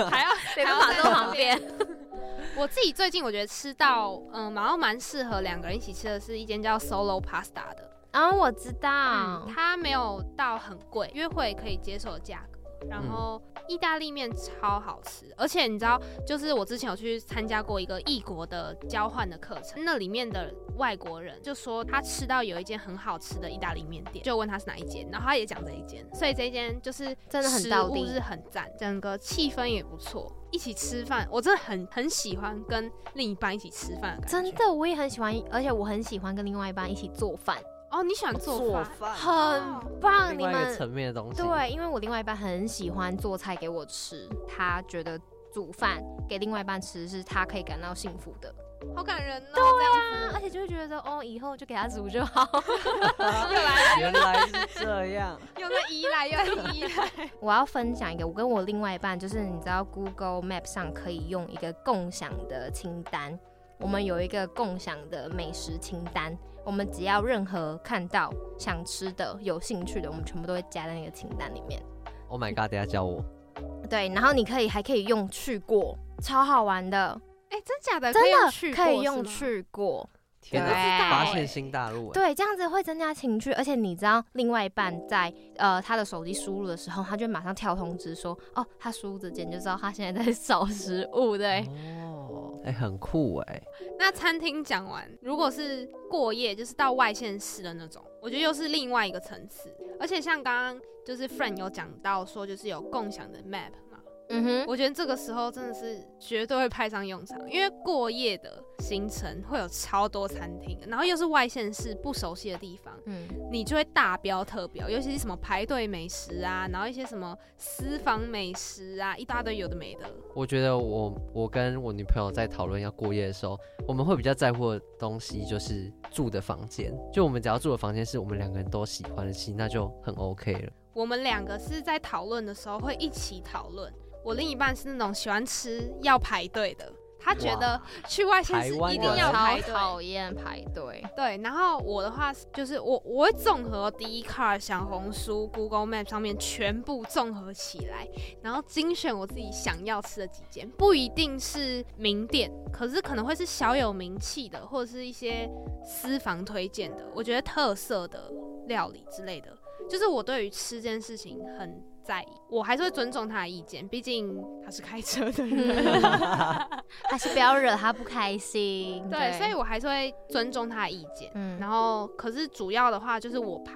[SPEAKER 1] 还要
[SPEAKER 3] 对
[SPEAKER 1] 还要
[SPEAKER 3] 房
[SPEAKER 1] 在
[SPEAKER 3] 东旁边。
[SPEAKER 1] 我自己最近我觉得吃到，嗯，然后蛮适合两个人一起吃的是一间叫 Solo Pasta 的，
[SPEAKER 2] 哎
[SPEAKER 3] 啊，我知道，
[SPEAKER 1] 嗯，它没有到很贵，约会可以接受的价格。
[SPEAKER 3] 嗯
[SPEAKER 1] 然后意大利面超好吃，而且你知道，就是我之前有去参加过一个异国的交换的课程，那里面的外国人就说他吃到有一间很好吃的意大利面店，就问他是哪一间，然后他也讲这一间，所以这一间就是
[SPEAKER 3] 真的很
[SPEAKER 1] 食
[SPEAKER 3] 道
[SPEAKER 1] 物
[SPEAKER 3] 地
[SPEAKER 1] 是很赞，整个气氛也不错，一起吃饭，我真的很很喜欢跟另一半一起吃饭的感觉。
[SPEAKER 3] 真的我也很喜欢，而且我很喜欢跟另外一半一起做饭，
[SPEAKER 1] 哦，你喜欢做饭？
[SPEAKER 3] 很棒。你
[SPEAKER 2] 另外一个
[SPEAKER 3] 们
[SPEAKER 2] 层面的东西，
[SPEAKER 3] 对，因为我另外一半很喜欢做菜给我吃，他觉得煮饭给另外一半吃是他可以感到幸福的。
[SPEAKER 1] 好感人哦！对
[SPEAKER 3] 啊，而且就会觉得哦，以后就给他煮就好。
[SPEAKER 2] 原来是这样。
[SPEAKER 1] 又在依赖，又在依赖。
[SPEAKER 3] 我要分享一个，我跟我另外一半，就是你知道 Google Map 上可以用一个共享的清单，我们有一个共享的美食清单，我们只要任何看到想吃的、有兴趣的，我们全部都会加在那个清单里面。
[SPEAKER 2] Oh my god，等一下教我。
[SPEAKER 3] 对，然后你可以还可以用去过，超好玩的，
[SPEAKER 1] 哎、真假的？
[SPEAKER 3] 真
[SPEAKER 1] 可以用
[SPEAKER 3] 的
[SPEAKER 1] 去
[SPEAKER 3] 可以
[SPEAKER 1] 过
[SPEAKER 3] 用。
[SPEAKER 1] 是吗
[SPEAKER 3] 去过。
[SPEAKER 2] 天哪，
[SPEAKER 3] 对
[SPEAKER 2] 发现新大陆。哎
[SPEAKER 3] 对，这样子会增加情趣，而且你知道，另外一半在呃他的手机输入的时候，他就马上跳通知说，哦，他输入这件，就知道他现在在找食物，对，
[SPEAKER 2] 哦，哎，很酷哎。
[SPEAKER 1] 那餐厅讲完，如果是过夜，就是到外县市的那种，我觉得又是另外一个层次。而且像刚刚就是 friend 有讲到说，就是有共享的 map 嘛，嗯哼，我觉得这个时候真的是绝对会派上用场，因为过夜的行程会有超多餐厅，然后又是外县市不熟悉的地方，
[SPEAKER 3] 嗯，
[SPEAKER 1] 你就会大标特标，尤其是什么排队美食啊，然后一些什么私房美食啊，一大堆有的没的。
[SPEAKER 2] 我觉得我我跟我女朋友在讨论要过夜的时候，我们会比较在乎的东西就是住的房间，就我们只要住的房间是我们两个人都喜欢的，其实那就很 OK 了。
[SPEAKER 1] 我们两个是在讨论的时候会一起讨论。我另一半是那种喜欢吃要排队的，他觉得去外县市
[SPEAKER 2] 台湾
[SPEAKER 1] 一定
[SPEAKER 2] 人
[SPEAKER 1] 要
[SPEAKER 3] 好
[SPEAKER 1] 排队。
[SPEAKER 3] 讨厌排队。
[SPEAKER 1] 对，然后我的话是就是我我会综合 d c a r 小红书、Google Map 上面全部综合起来，然后精选我自己想要吃的几间，不一定是名店，可是可能会是小有名气的，或者是一些私房推荐的，我觉得特色的料理之类的。就是我对于吃这件事情很在意，我还是会尊重他的意见，毕竟他是开车的人。
[SPEAKER 3] 还是不要惹他不开心。
[SPEAKER 1] 对，所以我还是会尊重他的意见。
[SPEAKER 3] 嗯
[SPEAKER 1] 然后可是主要的话就是我排，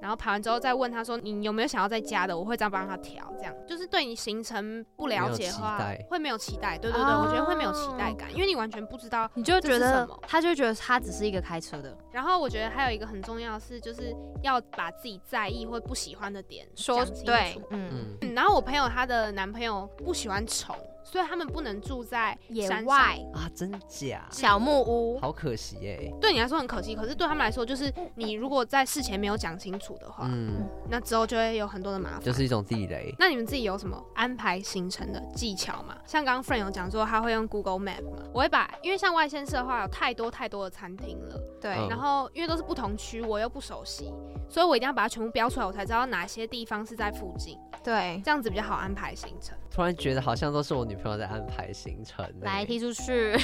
[SPEAKER 1] 然后排完之后再问他说你有没有想要再加的，我会这样帮他调，这样就是对你行程不了解的话
[SPEAKER 2] 没有期待
[SPEAKER 1] 会没有期待，对对对，
[SPEAKER 3] 哦
[SPEAKER 1] 我觉得会没有期待感，因为你完全不知道
[SPEAKER 3] 你就会
[SPEAKER 1] 这是
[SPEAKER 3] 觉
[SPEAKER 1] 什
[SPEAKER 3] 得
[SPEAKER 1] 么。
[SPEAKER 3] 他就会觉得他只是一个开车的，
[SPEAKER 1] 然后我觉得还有一个很重要的是，就是要把自己在意或不喜欢的点
[SPEAKER 3] 说
[SPEAKER 1] 讲清楚
[SPEAKER 3] 对，嗯，
[SPEAKER 2] 嗯，
[SPEAKER 1] 嗯然后我朋友她的男朋友不喜欢虫，所以他们不能住在
[SPEAKER 3] 野
[SPEAKER 1] 山上
[SPEAKER 3] 外
[SPEAKER 2] 啊，真假？
[SPEAKER 3] 小木屋，
[SPEAKER 2] 好可惜耶。
[SPEAKER 1] 对你来说很可惜，可是对他们来说，就是你如果在事前没有讲清楚的话，
[SPEAKER 3] 啊
[SPEAKER 2] 嗯，
[SPEAKER 1] 那之后就会有很多的麻烦。
[SPEAKER 2] 就是一种地雷。
[SPEAKER 1] 那你们自己有什么安排行程的技巧吗？像刚刚 friend 有讲说他会用 Google Map 嘛，我会把，因为像外县市的话有太多太多的餐厅了，
[SPEAKER 3] 对，
[SPEAKER 2] 嗯
[SPEAKER 1] 然后因为都是不同区，我又不熟悉，所以我一定要把它全部标出来，我才知道哪些地方是在附近，
[SPEAKER 3] 对，
[SPEAKER 1] 这样子比较好安排行 程。
[SPEAKER 2] 突然觉得好像都是我女朋友在安排行程耶。
[SPEAKER 3] 来踢出去，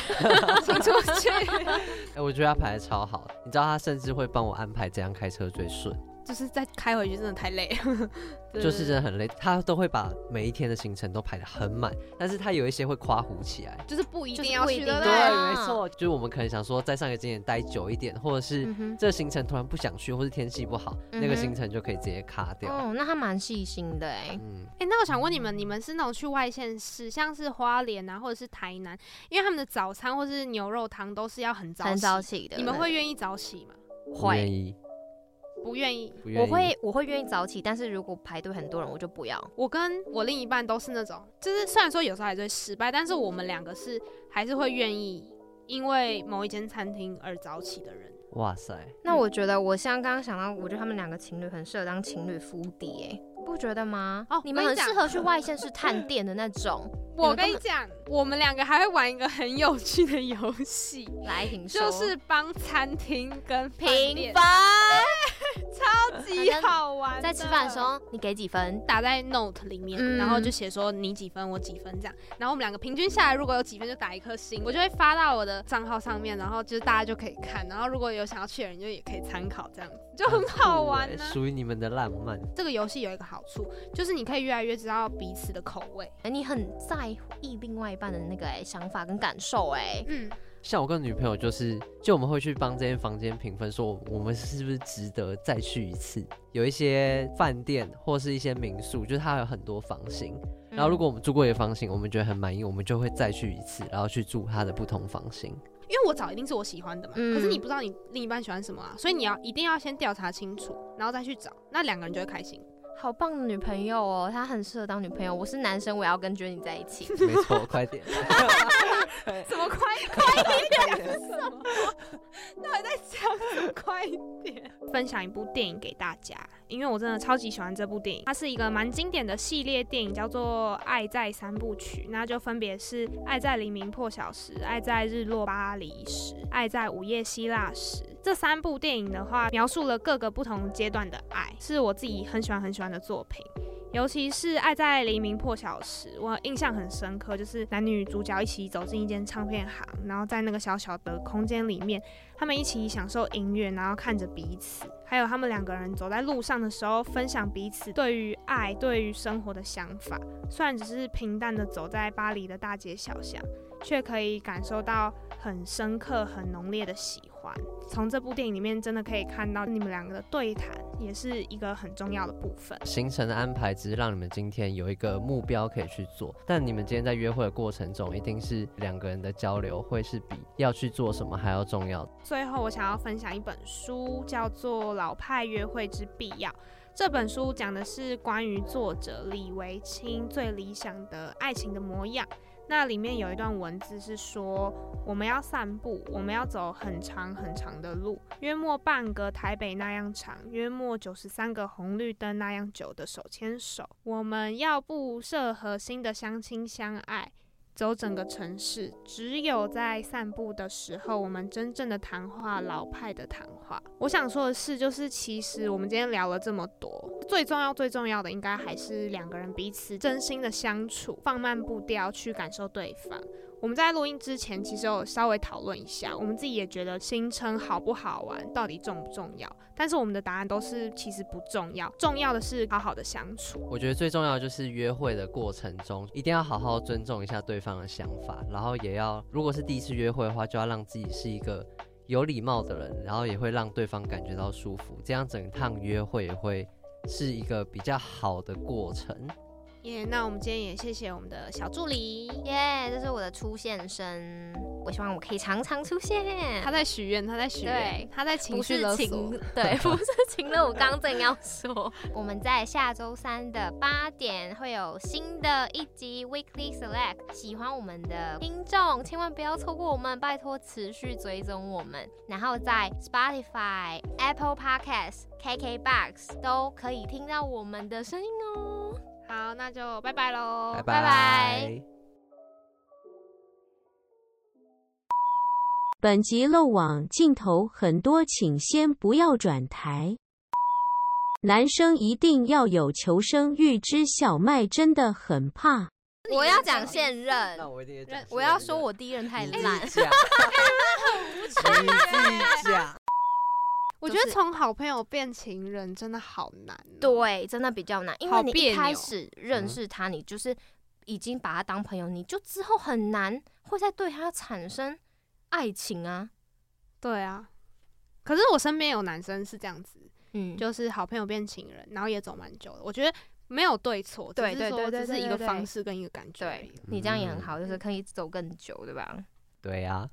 [SPEAKER 1] 请出去，
[SPEAKER 2] 哎、我觉得她排的超好，你知道她甚至会帮我安排怎样开车最顺，
[SPEAKER 1] 就是再开回去真的太累了，
[SPEAKER 3] 嗯
[SPEAKER 1] 对
[SPEAKER 2] 就是真的很累，她都会把每一天的行程都排得很满，但是她有一些会夸胡起来。
[SPEAKER 1] 就是不一
[SPEAKER 3] 就是
[SPEAKER 1] 定要
[SPEAKER 3] 不一
[SPEAKER 1] 去，
[SPEAKER 3] 定
[SPEAKER 1] 对不
[SPEAKER 3] 对
[SPEAKER 1] 对？
[SPEAKER 3] 啊
[SPEAKER 2] 没错，就是我们可能想说在上一个景点待久一点，或者是
[SPEAKER 3] 嗯哼
[SPEAKER 2] 这个行程突然不想去，或是天气不好，那
[SPEAKER 3] 嗯
[SPEAKER 2] 个
[SPEAKER 3] 哼
[SPEAKER 2] 行程就可以直接卡 掉。
[SPEAKER 3] 哦，那他蛮细心的哎，
[SPEAKER 2] 嗯，
[SPEAKER 1] 哎、那我想问你们，你们是那种去外县市，像是花莲啊，或者是台南，因为他们的早餐或是牛肉汤都是要很早
[SPEAKER 3] 很
[SPEAKER 1] 起，
[SPEAKER 3] 早起的，
[SPEAKER 1] 你们会愿意早起吗？
[SPEAKER 2] 不愿意，
[SPEAKER 1] 不愿意。
[SPEAKER 2] 不愿
[SPEAKER 3] 我
[SPEAKER 2] 意。
[SPEAKER 3] 会我会愿意早起，但是如果排队很多人，我就不要。
[SPEAKER 1] 我跟我另一半都是那种，就是虽然说有时候还是会失败，但是我们两个是还是会愿意因为某一间餐厅而早起的人。
[SPEAKER 2] 哇塞，
[SPEAKER 3] 那我觉得我像刚刚想到，我觉得他们两个情侣很适合当情侣夫弟哎。不觉得吗？
[SPEAKER 1] 哦
[SPEAKER 3] 你们
[SPEAKER 1] 跟
[SPEAKER 3] 很
[SPEAKER 1] 你讲
[SPEAKER 3] 适合去外县市探店的那种。
[SPEAKER 1] 我
[SPEAKER 3] 你们根
[SPEAKER 1] 跟你
[SPEAKER 3] 本
[SPEAKER 1] 讲，我们两个还会玩一个很有趣的游戏，
[SPEAKER 3] 来，请说
[SPEAKER 1] 就是帮餐厅跟饭
[SPEAKER 3] 评
[SPEAKER 1] 店
[SPEAKER 3] 分，
[SPEAKER 1] 超级
[SPEAKER 3] 反正
[SPEAKER 1] 好玩。
[SPEAKER 3] 在吃饭的时。候你给几分？
[SPEAKER 1] 打在 note 里面，
[SPEAKER 3] 嗯
[SPEAKER 1] 然后就写说你几分，我几分这样。然后我们两个平均下来，如果有几分就打一颗星，我就会发到我的账号上面，然后就是大家就可以看。然后如果有想要去的人，就也可以参考，这样子就很好玩啊
[SPEAKER 2] 酷
[SPEAKER 1] 呢、
[SPEAKER 2] 欸属于你们的浪漫。
[SPEAKER 1] 这个游戏有一个好处，就是你可以越来越知道彼此的口味。
[SPEAKER 3] 哎，你很在意另外一半的那个哎想法跟感受哎，
[SPEAKER 1] 嗯，
[SPEAKER 2] 像我跟女朋友就是，就我们会去帮这间房间评分，说我们是不是值得再去一次。有一些饭店或是一些民宿，就是它有很多房型，嗯
[SPEAKER 1] 嗯
[SPEAKER 2] 然后如果我们住过一个房型，我们觉得很满意，我们就会再去一次，然后去住它的不同房 型。
[SPEAKER 1] 因为我找一定是我喜欢的嘛，
[SPEAKER 3] 嗯
[SPEAKER 1] 可是你不知道你另一半喜欢什么啊，所以你要一定要先调查清楚，然后再去找，那两个人就会开心。
[SPEAKER 3] 好棒的女朋友哦，她很适合当女朋友。我是男生，我也要跟 Jenny 在一起。
[SPEAKER 2] 没错，快点，
[SPEAKER 1] 怎么快快一点？什么？到底在讲什么快一点？分享一部电影给大家，因为我真的超级喜欢这部电影，它是一个蛮经典的系列电影，叫做《爱在三部曲》，那就分别是《爱在黎明破晓时》、《爱在日落巴黎时》、《爱在午夜希腊时》。这三部电影的话，描述了各个不同阶段的爱，是我自己很喜欢很喜欢的作品。尤其是《爱在黎明破晓时》，我印象很深刻，就是男女主角一起走进一间唱片行，然后在那个小小的空间里面，他们一起享受音乐，然后看着彼此，还有他们两个人走在路上的时候，分享彼此对于爱、对于生活的想法。虽然只是平淡的走在巴黎的大街小巷，却可以感受到很深刻、很浓烈的喜欢。从这部电影里面，真的可以看到你们两个的对谈，也是一个很重要的部分。
[SPEAKER 2] 行程的安排只是让你们今天有一个目标可以去做，但你们今天在约会的过程中，一定是两个人的交流会是比要去做什么还要重要的。
[SPEAKER 1] 最后，我想要分享一本书，叫做《老派约会之必要》。这本书讲的是关于作者李维清最理想的爱情的模样。那里面有一段文字是说，我们要散步，我们要走很长很长的路，约莫半个台北那样长，约莫九十三个红绿灯那样久的手牵手。我们要不设核心的相亲相爱，走整个城市。只有在散步的时候，我们真正的谈话，老派的谈话。我想说的是，就是其实我们今天聊了这么多，最重要最重要的，应该还是两个人彼此真心的相处，放慢步调去感受对方。我们在录音之前，其实有稍微讨论一下，我们自己也觉得行程好不好玩，到底重不重要？但是我们的答案都是其实不重要，重要的是好好的相处。
[SPEAKER 2] 我觉得最重要的就是约会的过程中，一定要好好尊重一下对方的想法，然后也要，如果是第一次约会的话，就要让自己是一个有礼貌的人，然后也会让对方感觉到舒服，这样整趟约会也会是一个比较好的过程。
[SPEAKER 1] 耶、那我们今天也谢谢我们的小助理，
[SPEAKER 3] 耶、这是我的出现声，我希望我可以常常出现。
[SPEAKER 1] 他在许愿，他在许愿
[SPEAKER 3] 对，
[SPEAKER 1] 他在情
[SPEAKER 3] 不
[SPEAKER 1] 绪
[SPEAKER 3] 是
[SPEAKER 1] 勒索
[SPEAKER 3] 情。，对，不是情了。我刚刚正要说，我们在下周三的八点会有新的一集 Weekly Select。喜欢我们的听众，千万不要错过我们，拜托持续追踪我们。然后在 Spotify、Apple Podcasts、KKBox 都可以听到我们的声音哦。
[SPEAKER 1] 好，那就拜拜喽，
[SPEAKER 2] 拜
[SPEAKER 3] 拜拜
[SPEAKER 13] 本集漏网镜头很多，请先不要转台。男生一定要有求生欲，知小麦真的很怕。
[SPEAKER 3] 我要讲现任，
[SPEAKER 2] 那我一定也
[SPEAKER 3] 我要说我第一任太烂。
[SPEAKER 2] 你自己讲。
[SPEAKER 1] 我觉得从好朋友变情人真的好难哦、
[SPEAKER 3] 对，真的比较难，因
[SPEAKER 1] 好
[SPEAKER 3] 为你
[SPEAKER 1] 别
[SPEAKER 3] 一开
[SPEAKER 1] 扭
[SPEAKER 3] 始认识他，你就是已经把他当朋友，你就之后很难会再对他产生爱情啊。
[SPEAKER 1] 对啊，可是我身边有男生是这样子，
[SPEAKER 3] 嗯，
[SPEAKER 1] 就是好朋友变情人，然后也走蛮久的。我觉得没有对错，只
[SPEAKER 3] 对
[SPEAKER 1] 是
[SPEAKER 3] 对
[SPEAKER 1] 说
[SPEAKER 3] 对对
[SPEAKER 1] 这是
[SPEAKER 3] 对
[SPEAKER 1] 一个
[SPEAKER 3] 对
[SPEAKER 1] 方式跟一个感觉而已。
[SPEAKER 3] 对 你这样也很好，就是可以走更久，对吧？
[SPEAKER 2] 对啊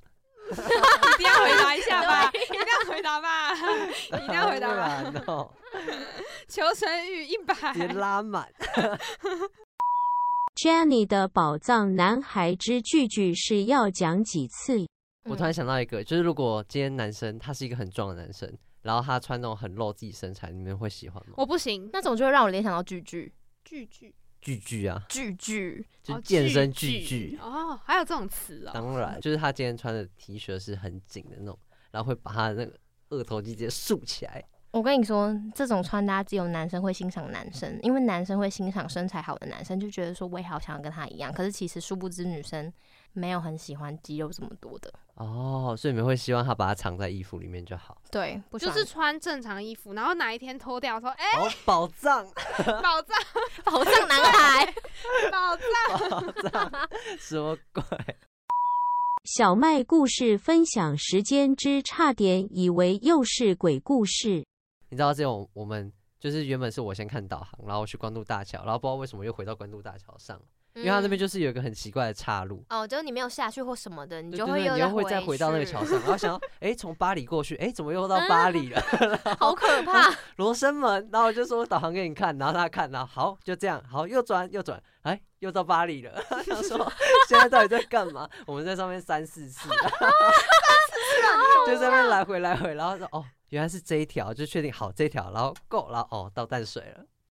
[SPEAKER 2] 呀、
[SPEAKER 1] 一定要回答一下 吧，一定要回答吧，一定要 回答吧，
[SPEAKER 2] 不然哦，
[SPEAKER 1] 求生欲一百。
[SPEAKER 2] 别拉满。
[SPEAKER 13] Jenny 的宝藏男孩之句句是要讲几次？
[SPEAKER 3] 嗯
[SPEAKER 2] 我突然想到一个，就是如果今天男生他是一个很壮的男生，然后他穿那种很露自己身材，你们会喜欢吗？
[SPEAKER 1] 我不行，
[SPEAKER 3] 那种就会让我联想到句句
[SPEAKER 1] 句句
[SPEAKER 2] 巨巨啊，
[SPEAKER 3] 句句，
[SPEAKER 2] 就
[SPEAKER 1] 哦
[SPEAKER 2] 是健身巨
[SPEAKER 1] 巨
[SPEAKER 2] 巨。
[SPEAKER 1] 哦，还有这种词哦，
[SPEAKER 2] 当然，就是他今天穿的 T 恤是很紧的那种，然后会把他的那个二头肌直接竖起来。
[SPEAKER 3] 我跟你说，这种穿搭只有男生会欣赏男生，因为男生会欣赏身材好的男生，就觉得说我也好想要跟他一样。可是其实殊不知女生没有很喜欢肌肉这么多的，
[SPEAKER 2] 哦，所以你们会希望他把它藏在衣服里面就好。
[SPEAKER 3] 对，不喜
[SPEAKER 1] 就
[SPEAKER 3] 欢
[SPEAKER 1] 是穿正常衣服，然后哪一天脱掉说，哎、
[SPEAKER 2] 好哦宝 藏，
[SPEAKER 1] 宝藏，
[SPEAKER 3] 宝藏男孩，
[SPEAKER 1] 宝藏，
[SPEAKER 2] 什么鬼？
[SPEAKER 13] 小麦故事分享时间之差点以为又是鬼故事。
[SPEAKER 2] 你知道这种我们就是原本是我先看导航，然后去关渡大桥，然后不知道为什么又回到关渡大桥上，
[SPEAKER 3] 嗯
[SPEAKER 2] 因为他那边就是有一个很奇怪的岔路。
[SPEAKER 3] 哦，就是你没有下去或什么的，你
[SPEAKER 2] 对
[SPEAKER 3] 就
[SPEAKER 2] 对
[SPEAKER 3] 会
[SPEAKER 2] 对
[SPEAKER 3] 又
[SPEAKER 2] 你又会再回到那个
[SPEAKER 3] 去
[SPEAKER 2] 桥上，然后想要，哎，从巴黎过去，哎，怎么又到巴黎了？
[SPEAKER 3] 好可怕！
[SPEAKER 2] 罗生门，然后我就说导航给你看，然后他看，然后好就这样，好右转右转，哎，又到巴黎了。 他想说现在到底在干嘛？ 我们在上面三四次，就在那边来回来回，然后说哦，原来是这一条，就确定好这一条，然后够，然后哦到淡水了。